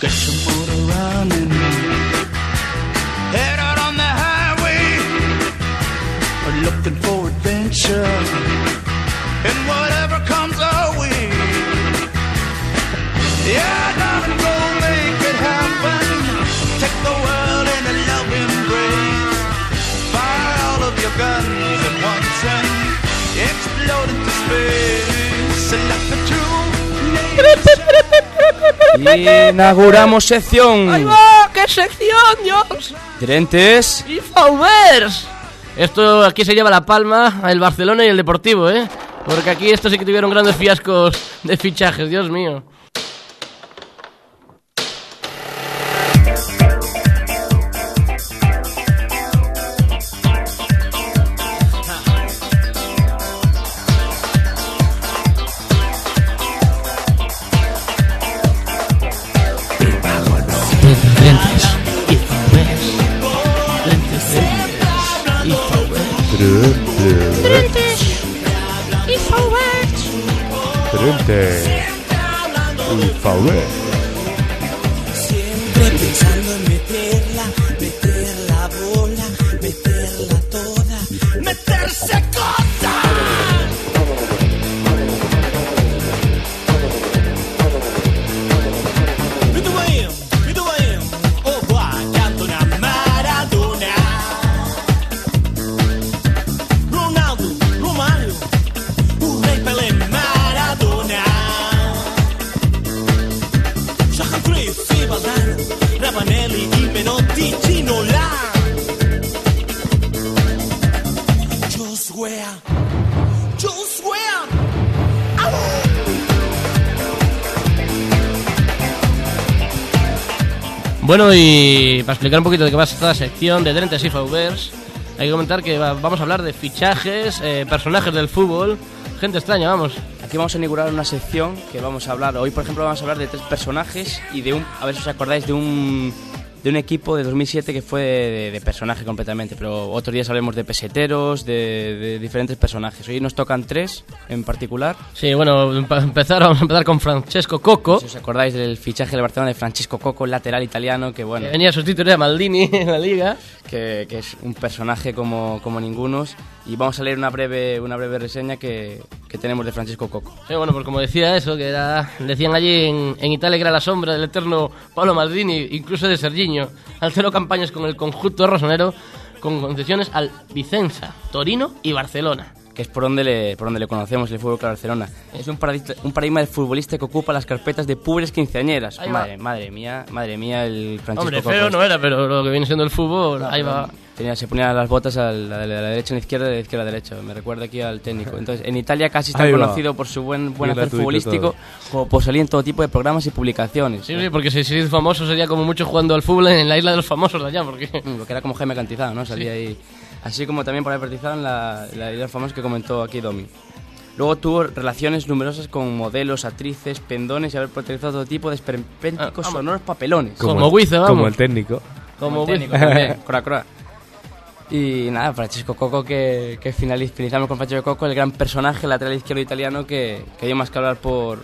A: Get your motor running. Head out on the highway. We're looking for adventure. And whatever comes our way. Yeah, darling, go make it happen. Take the world in a loving embrace. Fire all of your guns at once and explode into space. Select the true nature.
C: Inauguramos sección.
D: ¡Qué sección, Dios!
C: Gerentes.
D: ¡Y Faubers! Esto aquí se lleva la palma el Barcelona y el Deportivo, ¿eh? Porque aquí estos sí que tuvieron grandes fiascos de fichajes, Dios mío.
A: Ronaldo, Romário, o rei Pelé Maradona. Johan Cruyff, Zidane, Ravanelli e Menotti, Ginola. Josué, Josué, au!
D: Bueno, y para explicar un poquito de qué va esta sección de Drentes y Faubers, hay que comentar que va- vamos a hablar de fichajes, eh, personajes del fútbol, gente extraña, vamos.
C: Aquí vamos a inaugurar una sección que vamos a hablar. Hoy, por ejemplo, vamos a hablar de tres personajes y de un. A ver si os acordáis de un. De un equipo de 2007 que fue de, de- de personaje completamente. Pero otros días hablemos de peseteros, de, de diferentes personajes. Hoy nos tocan tres en particular.
D: Sí, bueno, para empezar, vamos a empezar con Francesco Coco,
C: Si os acordáis del fichaje del Barcelona de Francisco Coco, el lateral italiano, que bueno.
D: que venía a sustituir a Maldini en la liga.
C: que, que es un personaje como, como ningunos. y vamos a leer una breve, una breve reseña que, que tenemos de Francisco Coco.
D: Sí, bueno, pues como decía eso, que era, decían allí en, en Italia que era la sombra del eterno Paolo Maldini, incluso de Serginho. Alzó campañas con el conjunto rosonero, con concesiones al Vicenza, Torino y Barcelona.
C: que es por donde le, por donde le conocemos el fútbol Club Barcelona. Es un, paradigma, un paradigma del futbolista que ocupa las carpetas de pobres quinceañeras.
D: Ahí va.
C: Madre, madre mía, madre mía, el Francisco
D: Hombre,
C: Coco
D: feo
C: este.
D: no era, pero lo que viene siendo el fútbol, ahí va.
C: Tenía, se ponía las botas a la, a la derecha, a la izquierda, a la izquierda, a la derecha. Me recuerda aquí al técnico. Entonces, en Italia casi está
D: Ahí va.
C: conocido por su buen, buen
D: Y
C: hacer
D: gratuito
C: futbolístico,
D: todo.
C: como por salir en todo tipo de programas y publicaciones.
D: Sí, sí, porque si se hizo famoso sería como mucho jugando al fútbol en la isla de los famosos de allá, porque...
C: Porque Mm, era como Jaime Cantizano, ¿no? Salía ahí. Así como también por haber participado en la, la idea famosa que comentó aquí Domi. Luego tuvo relaciones numerosas con modelos, actrices, pendones y haber protagonizado todo tipo de esperpénticos sonoros papelones.
B: el- Como el técnico.
C: Como técnico también, Cora Cora. Y nada, Francisco Coco, que, que finaliz- finalizamos con Francisco Coco, el gran personaje lateral izquierdo italiano que, que dio más que hablar por,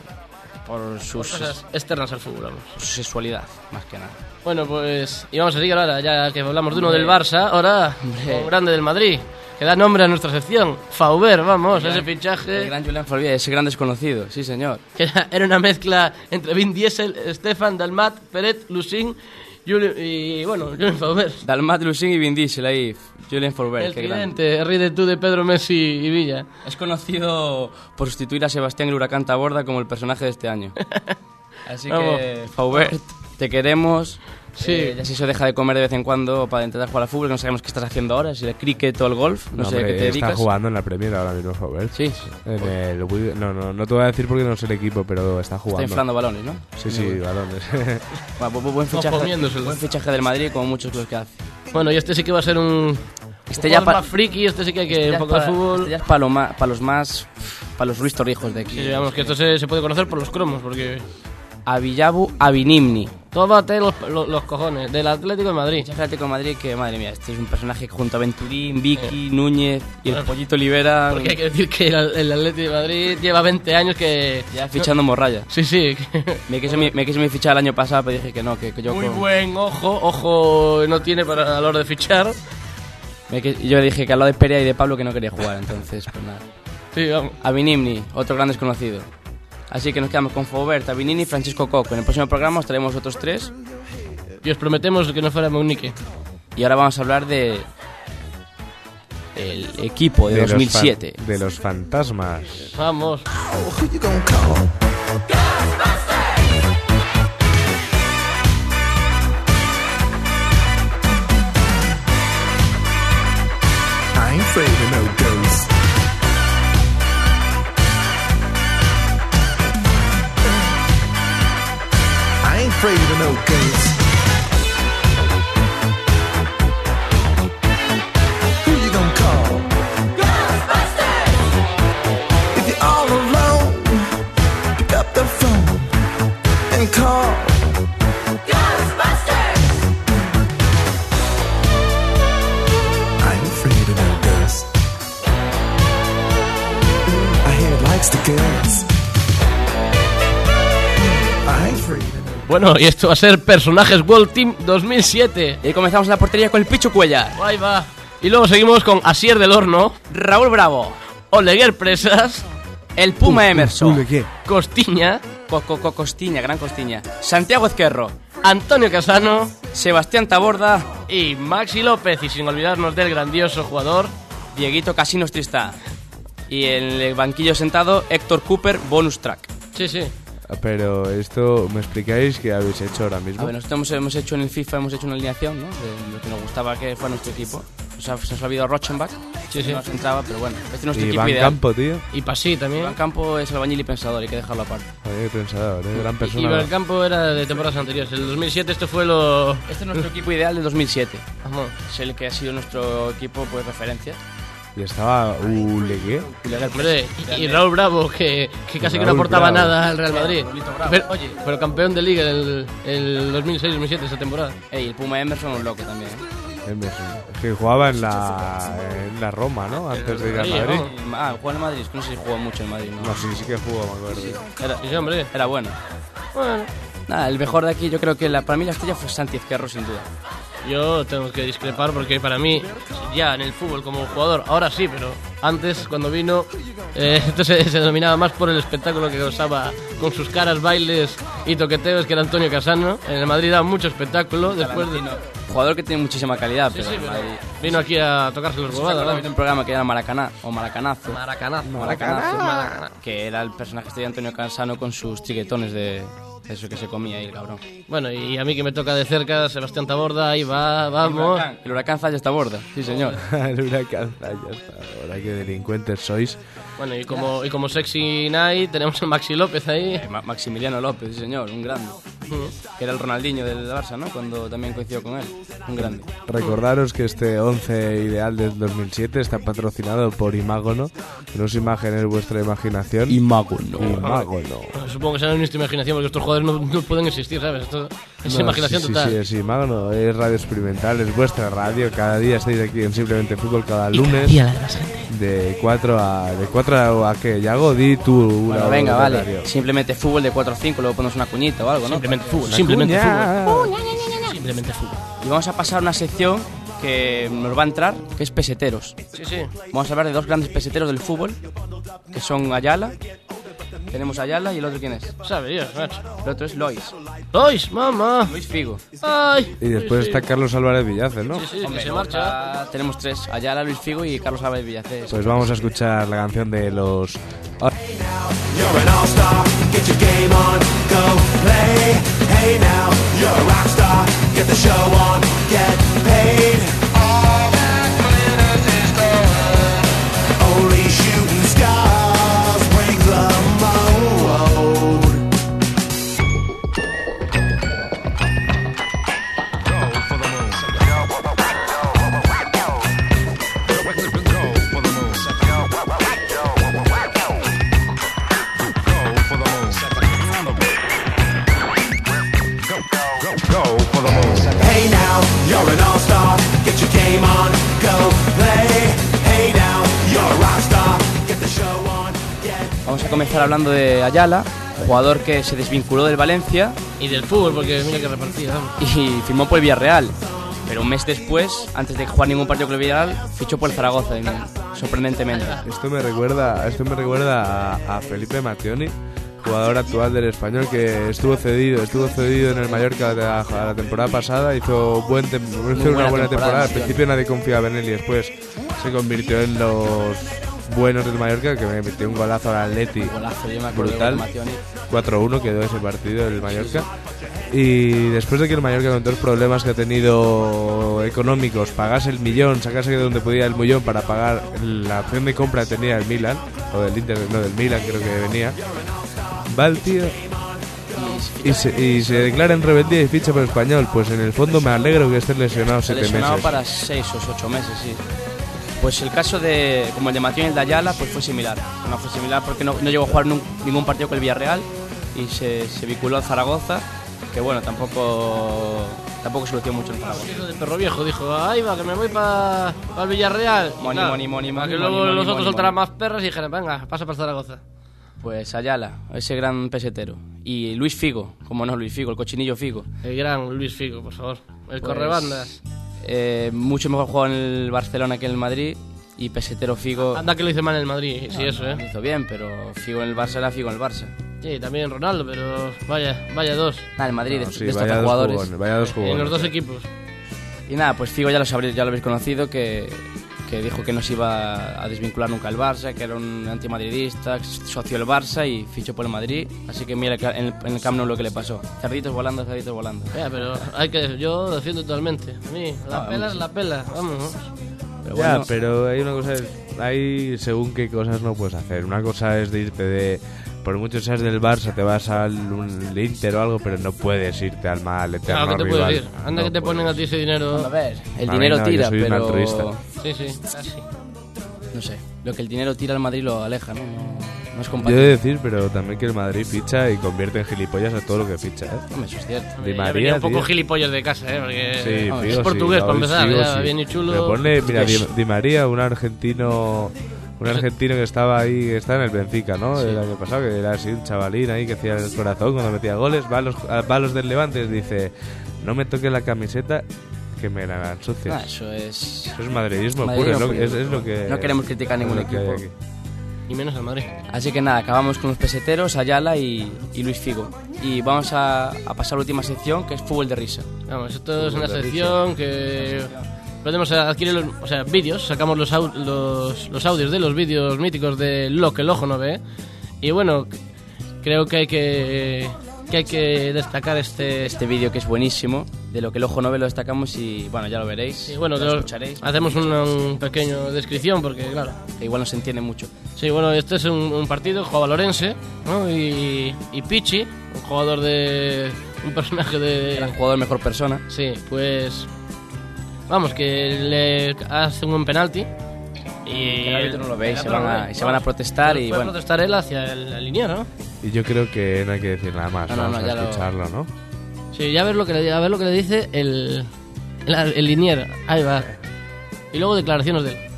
C: por sus,
D: cosas externas al fútbol, vamos.
C: su sexualidad, más que nada.
D: Bueno, pues y vamos a seguir ahora, ya que hablamos de uno del Barça, ahora un grande del Madrid, que da nombre a nuestra sección, Fauber, vamos,
C: El
D: ese
C: gran-
D: fichaje.
C: El gran Julián Favre, ese gran desconocido, sí señor.
D: que era, era una mezcla entre Vin Diesel, Stefan Dalmat, Peret, Lusin Juli- y bueno, Julien Fauber.
C: Dalmat, Lucín y Vin Diesel ahí, Julian Forber,
D: El
C: qué grande.
D: cliente, ríe de tú de Pedro Messi y Villa.
C: Es conocido por sustituir a Sebastián el Huracán Taborda como el personaje de este
D: (laughs)
C: año. Así que,
D: Vamos.
C: Faubert, te queremos.
D: Sí.
C: Eh, ya si se deja de comer de vez en cuando para intentar jugar al fútbol, que no sabemos qué estás haciendo ahora, si el cricket o el golf,
B: No,
C: no, sé a
B: hombre,
C: qué te
B: está
C: dedicas.
B: jugando en la Premier ahora mismo, Robert.
C: Sí.
B: En el Wi- no, no, no te voy a decir porque no sé el equipo, pero está jugando.
C: inflando balones, ¿no?
B: Sí, sí, balones.
C: Bueno, bu- bu- buen,
D: Ojo,
C: fichaje,
D: comiéndoselo.
C: buen fichaje del Madrid, como muchos los que hace.
D: Bueno, y este sí que va a ser un.
C: Este
D: un
C: ya
D: jugador
C: pa-
D: más friki, este sí que hay que
C: Este ya
D: un
C: es
D: poco de
C: para-
D: fútbol.
C: este ya es para, lo ma- para los más. para los Ruiz Torrijos de aquí.
D: Sí, digamos que esto se, se puede conocer por los cromos, porque.
C: Avillabu Avinimni.
D: Tómate los, los, los cojones del Atlético de Madrid.
C: Atlético de Madrid, que madre mía, este es un personaje que junto a Venturín, Vicky, Núñez y el pollito Olivera.
D: Porque hay que decir que el, el Atlético de Madrid lleva 20 años que.
C: Ya fichando morralla.
D: Sí, sí.
C: Me quiso mi, me quiso mi fichar el año pasado, pero dije que no, que, que yo.
D: Muy
C: con-
D: buen ojo, ojo no tiene para a la hora de fichar.
C: me que- yo le dije que al lado de Perea y de Pablo que no quería jugar, entonces, pues nada.
D: Sí, vamos.
C: Avinimni, otro gran desconocido. Así que nos quedamos con Faubert, Avinini y Francisco Coco. En el próximo programa os traemos otros tres.
D: Y os prometemos que no fuera Munique.
C: Y ahora vamos a hablar de. El
B: (laughs)
C: equipo de,
B: los fan-
C: 2007.
B: de los fantasmas.
D: Vamos.
J: I ain't afraid of no ghosts. I ain't afraid of no ghosts. Who you gonna call? Ghostbusters! If you're all alone, pick up the phone and call. Ghostbusters! I ain't afraid of no ghosts. I hear it likes the girls. I ain't afraid of
D: Bueno, y esto va a ser Personajes World Team 2007.
C: Y comenzamos la portería con el Pichu Cuellar.
D: Ahí va. Y luego seguimos con Asier del Horno,
C: Raúl Bravo,
D: Oleguer Presas,
C: el Puma Emerson.
D: Costiña,
C: Co- co- co- Costiña, gran Costiña. Santiago Ezquerro,
D: Antonio Casano
C: Sebastián Taborda,
D: y Maxi López. Y sin olvidarnos del grandioso jugador.
C: Dieguito Casinos Tristá. Y en el banquillo sentado, Héctor Cooper, bonus track.
D: Sí, sí.
B: Pero esto, ¿me explicáis qué habéis hecho ahora mismo?
C: A ver, nosotros hemos, hemos hecho en el FIFA, hemos hecho una alineación, ¿no? De lo que nos gustaba que fuera nuestro equipo. O sea, se nos ha habido Rochenbach,
D: Sí, sí.
C: no nos entraba, pero bueno, este es nuestro
B: y
C: equipo
B: Van
C: ideal.
B: Campo, tío.
D: Y Pasí también.
C: Iván Campo es albañil y pensador, hay que dejarlo aparte.
B: Joder, qué pensador, ¿eh? gran
D: Y
B: persona.
D: Belcampo era de temporadas anteriores. El 2007 esto fue lo...
C: Este es (laughs) nuestro equipo ideal de 2007.
D: Vamos.
C: Es el que ha sido nuestro equipo, pues, referencia.
B: Y estaba Ulegué.
D: Hombre, y, y Raúl Bravo, que, que casi que no
B: Raúl
D: aportaba
B: Bravo.
D: nada al Real Madrid.
C: Raulito Bravo.
D: Pero, oye, pero campeón de liga el, el 2006-2007, esa temporada.
C: Ey, el Puma Emerson un loco también, ¿eh? (laughs)
B: Emerson. pues, Que jugaba en la, en la Roma, ¿no? Antes de ir a
D: Sí,
B: Madrid.
D: vamos.
C: Ah, jugó en Madrid, es que no sé si jugó mucho en Madrid, ¿no?
B: No, sí, sí que jugó, me acuerdo. (laughs)
C: Era,
D: Sí, sí, hombre.
C: era bueno.
D: Bueno,
C: Nada, el mejor de aquí, yo creo que la, para mí la estrella fue Santi Ezquerro, sin duda.
D: Yo tengo que discrepar porque para mí, ya en el fútbol como jugador, ahora sí, pero antes cuando vino, eh, (laughs) esto se, se dominaba más por el espectáculo que causaba con sus caras, bailes y toqueteos que era Antonio Casano. En el Madrid daba mucho espectáculo. Después de...
C: Jugador que tiene muchísima calidad,
D: Sí,
C: pero, Pues
D: sí, pero
C: Madrid-
D: vino aquí a tocarse los
C: Sí, recuerdo que
D: huevadas, vamos.
C: había un programa que era Maracaná o Maracanazo.
D: Maracanazo.
C: Maracanazo.
D: Maracaná.
C: Que era el personaje este de Antonio Cansano con sus chiquetones de de eso que se comía ahí el cabrón.
D: Bueno, y a mí que me toca de cerca, Sebastián Taborda, ahí va, vamos.
C: El huracán Zaya está a borda, sí señor.
B: el huracán Zaya está a borda, qué delincuentes sois.
D: Bueno, y como, y como Sexy Night tenemos a Maxi López ahí.
C: Ma- Maximiliano López, sí señor, un grande. Que era el Ronaldinho del Barça, ¿no? Cuando también coincidió con él. Un grande.
B: Recordaros que este 11 ideal del 2007 está patrocinado por Imágono. No os imaginéis vuestra imaginación. Imágono. Imágono.
D: Bueno, Supongo que será nuestra imaginación porque estos jugadores no, no pueden existir, ¿sabes? Esto es
B: No,
D: imaginación
B: sí,
D: total.
B: Sí, sí, es Imágono. Es radio experimental, es vuestra radio. Cada día estáis aquí en Simplemente Fútbol, cada
D: Y cada
B: lunes.
D: día la de más gente.
B: De 4 a. ¿De 4 a, a qué? Yago, di tú una
C: Bueno,
B: hora
C: venga,
B: de
C: vale.
B: radio.
C: Simplemente fútbol de 4 a 5, luego ponemos una cuñita o algo, ¿no?
D: Simplemente fútbol,
C: Una
D: Pues simplemente
C: cuña.
D: fútbol. Simplemente fútbol.
C: Y vamos a pasar a una sección que nos va a entrar, que es peseteros.
D: Sí, sí.
C: Vamos a hablar de dos grandes peseteros del fútbol, que son Ayala. Tenemos a Ayala y el otro quién es.
D: Sabe Dios, macho.
C: El otro es Lois.
D: ¡Lois, mamá!
C: Luis Figo.
D: ¡Ay!
B: Y después está Carlos Álvarez Villace, ¿no?
D: Sí, sí, que
C: Hombre,
D: se
C: no,
D: marcha.
C: ya Tenemos tres, Ayala, Luis Figo y Carlos Álvarez Villacés.
B: Pues vamos a escuchar la canción de los.
J: You're an all-star, get your game on, go play. Hey now, you're a rock star, get the show on, get paid. Only shooting stars break the mold. Hey now, you're an all-star, get your game on, go play. Hey now, you're a rock star, get the show on, get
C: Vamos a comenzar hablando de Ayala, jugador que se desvinculó del Valencia
D: Y del fútbol, porque mira que repartida. vamos.
C: y (laughs) firmó por el Villarreal. Pero un mes después, antes de jugar ningún partido con el Villarreal, fichó por el Zaragoza, y- sorprendentemente.
B: Esto me recuerda, esto me recuerda a, a Felipe Mattioni, jugador actual del español que estuvo cedido, estuvo cedido en el Mallorca la, la temporada pasada, hizo, buen tem- hizo una
C: buena
B: buena temporada.
C: temporada,
B: Al
C: sí.
B: principio nadie confiaba en él y después se convirtió en los buenos del Mallorca que me metió un golazo al Atleti.
C: Golazo, yo me acuerdo
B: Brutal.
C: de Mattioni.
B: 4-1 quedó ese partido el Mallorca. Y después de que el Mallorca, con todos los problemas que ha tenido económicos, pagase el millón, sacase de donde podía el millón para pagar la opción de compra que tenía el Milan, o del Inter, no, del Milan creo que venía, va el tío y se, y se declara en rebeldía y ficha por el español. Pues en el fondo me alegro que estés lesionado
C: Se
B: siete
C: lesionado
B: meses.
C: para 6 o 8 meses, sí. Pues el caso de, como el de Matión y el de Ayala, pues fue similar. No fue similar porque no, no llegó a jugar nun- ningún partido con el Villarreal y se, se vinculó al Zaragoza, que bueno, tampoco, tampoco solucionó mucho el Zaragoza.
D: Hijo de perro viejo dijo, ahí va, que me voy para el Villarreal.
C: Money,
D: Nada,
C: money, money,
D: para
C: money,
D: que luego
C: money,
D: los
C: money,
D: otros
C: money,
D: soltaran
C: money.
D: más perras y dijeran, venga, pasa para Zaragoza.
C: Pues Ayala, ese gran pesetero. Y Luis Figo, como no, Luis Figo, el cochinillo Figo.
D: El gran Luis Figo, por favor.
C: Pues,
D: El correbandas.
C: eh, mucho mejor jugado en el Barcelona que en el Madrid. Y pesetero Figo.
D: Anda que lo hice mal en el Madrid,
B: Ah,
D: sí, eso,
C: lo
D: ¿eh?
C: hizo bien, pero Figo en el Barça era Figo en el Barça.
D: Sí, también Ronaldo, pero vaya, vaya dos.
C: Nada, Ah, el Madrid,
B: No,
C: de-
B: sí,
C: de estos
B: vaya, dos
C: jugadores.
B: jugones, vaya dos
D: En los
B: jugones.
D: dos equipos.
C: Y nada, pues Figo ya lo sabréis, ya lo habéis conocido, que, que dijo que no se iba a desvincular nunca al Barça, que era un antimadridista, socio del Barça y fichó por el Madrid. Así que mira que en el, en el Camp Nou lo que le pasó. Cerditos volando, cerditos volando.
D: Ya, pero hay que, yo lo defiendo totalmente. A mí, la
C: Ah,
B: pues.
D: pela es
C: sí.
D: la pela, vamos.
C: Pero
B: Ya,
C: bueno,
B: pero hay una cosa, hay según qué cosas no puedes hacer. Una cosa es de irte de, por mucho que seas del Barça, te vas al un Inter o algo, pero no puedes irte al mal eterno
D: Claro que Ah, te
B: rival.
D: puedes ir. Anda
B: No
D: que te ponen a
B: puedes.
D: ti ese
C: a
D: dinero.
C: ver, el
B: A mí
C: dinero
B: no, yo
C: tira,
B: soy un
C: pero...
B: altruista.
D: Sí, sí, casi.
C: No sé, lo que el dinero tira al Madrid lo aleja, ¿no? No, no es
B: Yo he de
C: compatible.
B: decir, pero también que el Madrid ficha y convierte en gilipollas a todo lo que ficha, ¿eh?
C: Hombre, eso es cierto.
B: Di
D: Ya
B: María,
D: venía un poco
B: tío.
D: gilipollas de casa, ¿eh? Porque
B: Sí,
C: vamos,
B: Figo,
D: es portugués,
B: sí,
D: para
B: Luis
D: empezar,
B: Figo,
D: ya,
B: sí.
D: bien y chulo.
B: Pero ponle, mira, Di,
D: Yes.
B: Di María, un argentino... Un argentino que estaba ahí, que está en el Benfica, ¿no? El año pasado, que era así un chavalín ahí que hacía el corazón cuando metía goles. Va a los, a- va a los del Levante y dice, no me toque la camiseta que me la hagan sucia.
C: Ah, eso es.
B: Eso es madridismo puro, es lo que- es- es lo que-
C: No queremos criticar ningún
B: es lo que hay
C: equipo.
B: aquí.
D: Y menos al Madrid.
C: Así que nada, acabamos con los peseteros, Ayala y, y Luis Figo. Y vamos a, a pasar a la última sección, que es fútbol de risa.
D: Vamos, esto es una sección que podemos adquirir los, o sea, vídeos, sacamos los, au- los, los audios de los vídeos míticos de lo que el ojo no ve. Y bueno, c- creo que hay que, que, hay que destacar este...
C: Este vídeo que es buenísimo, de lo que el ojo no ve lo destacamos y bueno, ya lo veréis.
D: y bueno, Ah.
C: ya
D: que
C: lo
D: lo-
C: escucharéis.
D: hacemos una un pequeño descripción porque, claro...
C: Que igual no se entiende mucho.
D: Sí, bueno, este es un, un partido, jugaba Lorense, ¿no? Y, y Pichi, un jugador de... un personaje de...
C: Gran jugador, mejor persona.
D: Sí, pues. Vamos, que le hace un buen penalti. Y
C: El árbitro no lo ve y
D: el
C: se
D: árbitro
C: van
D: no
C: a-
D: lo ve.
C: y se van a protestar
D: Pues
C: y
D: puede
C: bueno.
D: protestar él hacia el, el liniero, ¿no?
B: Y yo creo que no hay que decir nada más,
C: No, no,
B: vamos
C: no, ya
B: a
C: lo-
B: escucharlo, ¿no?
D: Sí, ya ver lo que le, a ver lo que le dice el, el, ar- el liniero. Ahí va. Y luego declaraciones de él.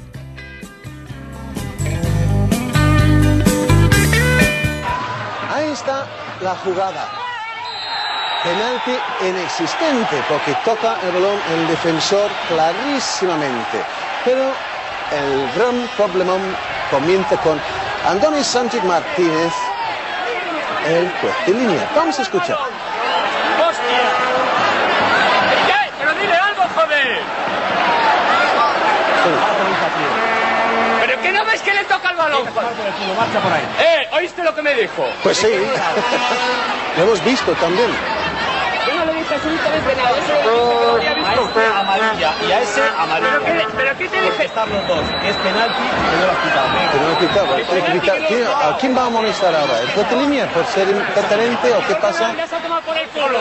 K: Ahí está la jugada. Penalti inexistente porque toca el balón el defensor clarísimamente. Pero el gran problemón comienza con Antonio Sánchez Martínez, el juez de línea. Vamos a escuchar.
L: ¡Hostia! ¿Qué? ¡Pero dile algo, joder! ¿Pero qué no ves que le toca el balón? Marcha por ahí. Eh, ¿oíste lo que me dijo?
K: Pues sí, lo hemos visto también.
L: Yo no le dije absolutamente nada. Yo solo le dije que lo había visto. amarilla y a ese amarilla. ¿Pero qué, pero qué te dije? Están los dos. Es penalti y no lo has
K: Que no lo quitaba. Hay que quitar. ¿Quién- ¿A quién va a amonestar ahora? ¿El juez de línea por ser impertinente o qué pasa?
L: Ya se ha tomado por el culo.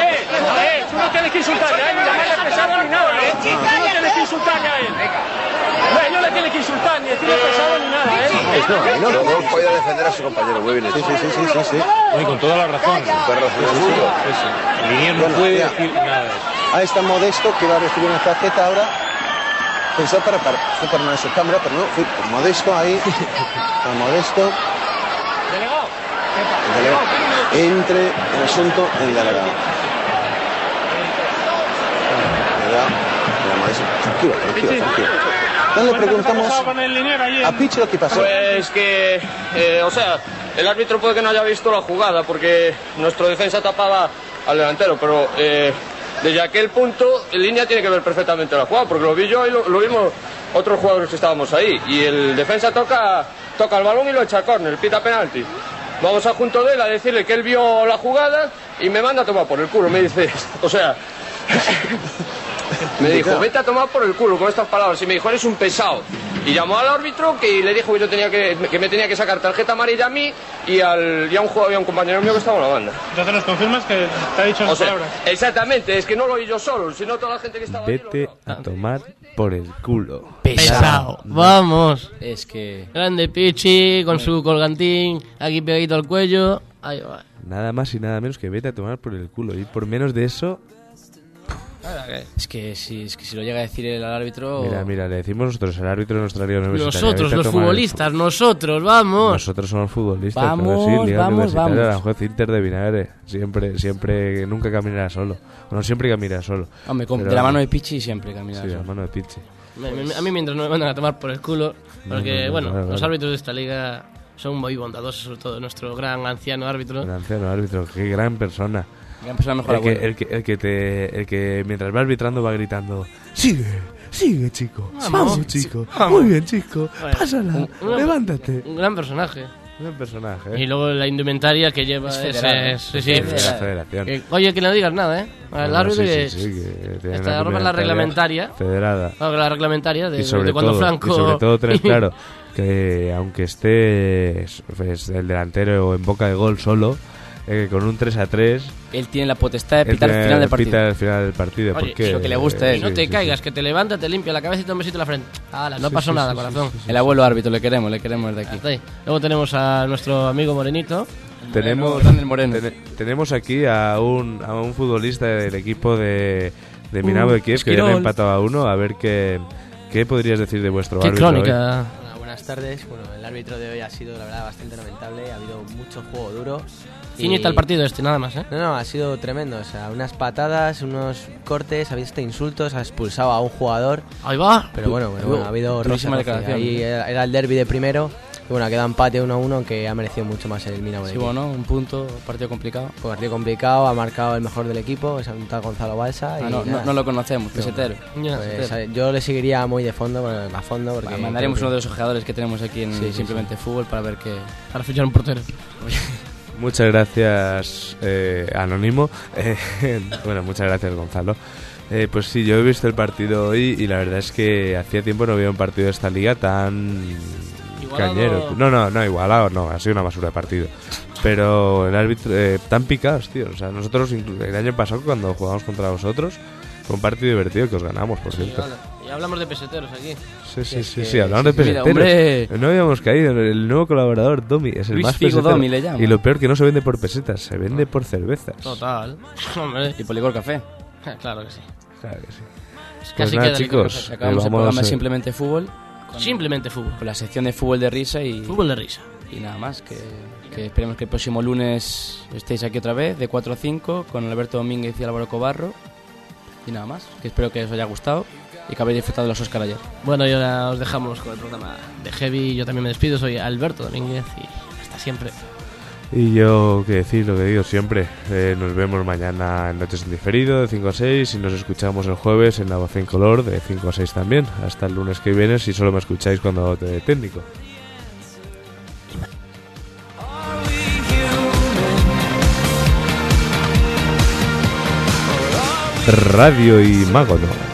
L: Eh, eh, tú no tienes que insultarle a él, ni llamarle pesado ni nada, eh. Tú no tienes que insultarle a él. No, no le tienes que insultar, ni decirle pesado ni nada, eh.
K: Pues
M: No, no, no podía defender a su compañero, muy bien hecho. Sí, sí, sí, sí,
K: con toda la razón.
M: no puede decir
K: nada. Ahí está Modesto que va a recibir una tarjeta ahora. Pensaba para, para, fue para nuestra cámara, pero no, fue Modesto ahí. A Modesto.
L: Delegado.
K: el delegado. Entre el asunto el delegado. Le da- le da Modesto. Tranquilo, tranquilo, tranquilo. Entonces le preguntamos a Pichi lo que pasó.
A: Pues que, eh, o sea, el árbitro puede que no haya visto la jugada porque nuestro defensa tapaba al delantero, pero eh, desde aquel punto en línea tiene que ver perfectamente la jugada porque lo vi yo y lo, lo vimos otros jugadores que estábamos ahí y el defensa toca, toca el balón y lo echa a córner, pita penalti. Vamos a junto de él a decirle que él vio la jugada y me manda a tomar por el culo. Me dice, (laughs) o sea, me dijo, vete a tomar por el culo con estas palabras. Y me dijo, eres un pesado. Y llamó al árbitro que le dijo que yo tenía que, que me tenía que sacar tarjeta amarilla a mí y, al, y a un jugador, y a un compañero mío que estaba en la banda.
N: Entonces nos confirmas que te ha dicho
A: O
N: esas
A: sea,
N: palabras.
A: exactamente, es que no lo oí yo solo, sino toda la gente que estaba allí.
B: Vete a tomar por el culo.
D: Pesado. Vamos.
C: Es que.
D: Grande Pichi con su colgantín aquí pegadito al cuello. Ahí va.
B: Nada más y nada menos que vete a tomar por el culo. Y por menos de eso,
C: Es que si, es que si lo llega a decir el al árbitro.
B: mira, mira, le decimos nosotros, el árbitro de nuestra liga universitaria.
D: Nosotros,
B: vete a
D: Oh. los
B: tomar el
D: futbolistas, nosotros, vamos.
B: Nosotros somos futbolistas.
D: Vamos,
B: claro, sí, Liga
D: vamos,
B: Universitaria
D: vamos.
B: Aranjuez, Inter de Vinagre. Siempre, siempre, nunca caminará solo. Bueno, siempre caminará solo.
C: Hombre, con-
B: Pero-
C: de la mano de Pichi siempre caminará
B: Sí, de la
C: solo.
B: mano de Pichi.
D: Me-
B: Pues
D: me- a mí mientras no me mandan a tomar por el culo, porque
B: No, no, no,
D: bueno,
B: vale, vale.
D: los árbitros de esta liga son muy bondadosos, sobre todo nuestro gran anciano árbitro.
B: El anciano árbitro, qué gran persona.
D: Gran persona, mejor
B: el que,
D: abuelo.
B: el, que, el que te, el que mientras va arbitrando va gritando, sigue, sigue chico,
D: Vamos,
B: vamos,
D: sí,
B: chico,
D: vamos".
B: muy bien chico,
D: Bueno,
B: pásala,
D: un- un-
B: levántate.
D: Un gran personaje.
B: Gran personaje.
D: Y luego la indumentaria que lleva
B: ¿Eh? Es
D: ese-
B: federal,
D: sí,
B: ¿eh?
D: sí.
B: Es federal. Es federación.
D: Que- oye, que no digas nada, ¿eh? Al
B: No,
D: eh, árbitro
B: sí,
D: que,
B: sí, sí, que tiene
D: esta
B: una
D: ropa es la reglamentaria.
B: Federada.
D: Ah, la reglamentaria de,
B: y sobre
D: de cuando
B: todo,
D: Franco.
B: Y sobre
D: (laughs)
B: todo tener claro que aunque esté pues, el delantero en boca de gol solo, eh, con un 3 a 3.
D: Eh,
C: Él tiene la potestad de
B: él
C: pitar el
B: tiene-
C: final del partido.
B: pita el final del partido,
D: Oye,
B: porque,
D: es lo que le gusta
B: eh,
D: Y no
B: sí,
D: te
B: sí,
D: caigas, que te levanta, te limpia la cabeza y te da un besito en la frente. Hala, no
C: Sí,
D: pasó
C: sí,
D: nada,
C: sí,
D: corazón.
C: El abuelo árbitro, le queremos, le queremos desde aquí.
D: Hasta ahí. Luego tenemos a nuestro amigo Morenito.
B: Tenemos,
D: Grande
B: tene- tenemos aquí a un, a un futbolista del equipo de, de Minabo de Kiev que ya le
D: Esquirol.
B: empataba a uno. A ver qué, qué podrías decir de vuestro
D: Qué
B: árbitro. eh.
D: crónica.
B: hoy.
D: Una buena
O: buenas tardes. Bueno, el árbitro de hoy ha sido, la verdad, bastante lamentable. Ha habido mucho juego duro.
D: Finito el partido este, nada más, ¿eh?
O: No, no, ha sido tremendo. O sea, unas patadas, unos cortes, ha habido este insultos, ha expulsado a un jugador.
D: Ahí va.
O: Pero bueno, bueno, bueno, ha habido
D: Durísima
O: roce, roce.
D: declaración.
O: Ahí era era el derby de primero. Y bueno, queda empate 1-1 que ha merecido mucho más el Mina
D: Sí, bueno, un punto, partido complicado.
O: Partido complicado, ha marcado el mejor del equipo, es un tal Gonzalo Balsa.
C: Ah,
O: y
C: no,
O: nada.
C: no- no lo conocemos,
O: Pero
C: pesetero.
O: bueno,
C: Ya,
O: pues,
C: pesetero.
O: eh, yo le seguiría muy de fondo, bueno, a fondo. Porque
C: Bueno, Pues mandaremos
O: creo
C: uno
O: que-
C: de los ojeadores que tenemos aquí en
O: Sí, sí,
C: Simplemente Fútbol para ver qué.
D: Para fichar un portero.
B: Muchas gracias, eh, Anónimo. Eh, (laughs) bueno, muchas gracias, Gonzalo. Eh, pues sí, yo he visto el partido hoy y la verdad es que hacía tiempo no había un partido de esta liga tan
D: Igualado.
B: cañero. No, no, no, igualado, no, ha sido una basura de partido. Pero el árbitro, eh, tan picados, tío. O sea, nosotros inclu- el año pasado cuando jugamos contra vosotros, fue un partido divertido que os ganamos, por cierto.
D: Y hablamos de peseteros aquí.
B: Sí, sí, sí, sí, hablamos de
D: Mira,
B: peseteros. Eh, No habíamos caído. El nuevo colaborador, Domi, es el
D: Luis
B: más
D: Figo
B: pesetero.
D: Domi le llaman.
B: Y lo peor que no se vende por pesetas, se vende por cervezas.
D: Total. (laughs)
C: Y Policor Café.
D: claro que sí.
B: Claro que sí.
D: Casi
B: Pues nada,
D: queda la
B: chicos,
D: cosa.
C: Acabamos el
B: vamos,
C: programa
B: eh,
C: Simplemente Fútbol.
D: Simplemente Fútbol.
C: Con la sección de Fútbol de Risa y.
D: Fútbol de Risa.
C: Y nada más, que, que esperemos que el próximo lunes estéis aquí otra vez, de 4 a 5, con Alberto Domínguez y Álvaro Cobarro. Y nada más, que espero que os haya gustado y que habéis disfrutado de los Oscar ayer.
D: Bueno, y ahora os dejamos con el programa de Heavy. Yo también me despido, soy Alberto Domínguez y hasta siempre.
B: Y yo, que decir lo que digo siempre. eh, nos vemos mañana en Noches en Diferido de 5 a 6 y nos escuchamos el jueves en La Voz en Color de 5 a 6 también. Hasta el lunes que viene si solo me escucháis cuando te dé técnico. Radio y Mago, no.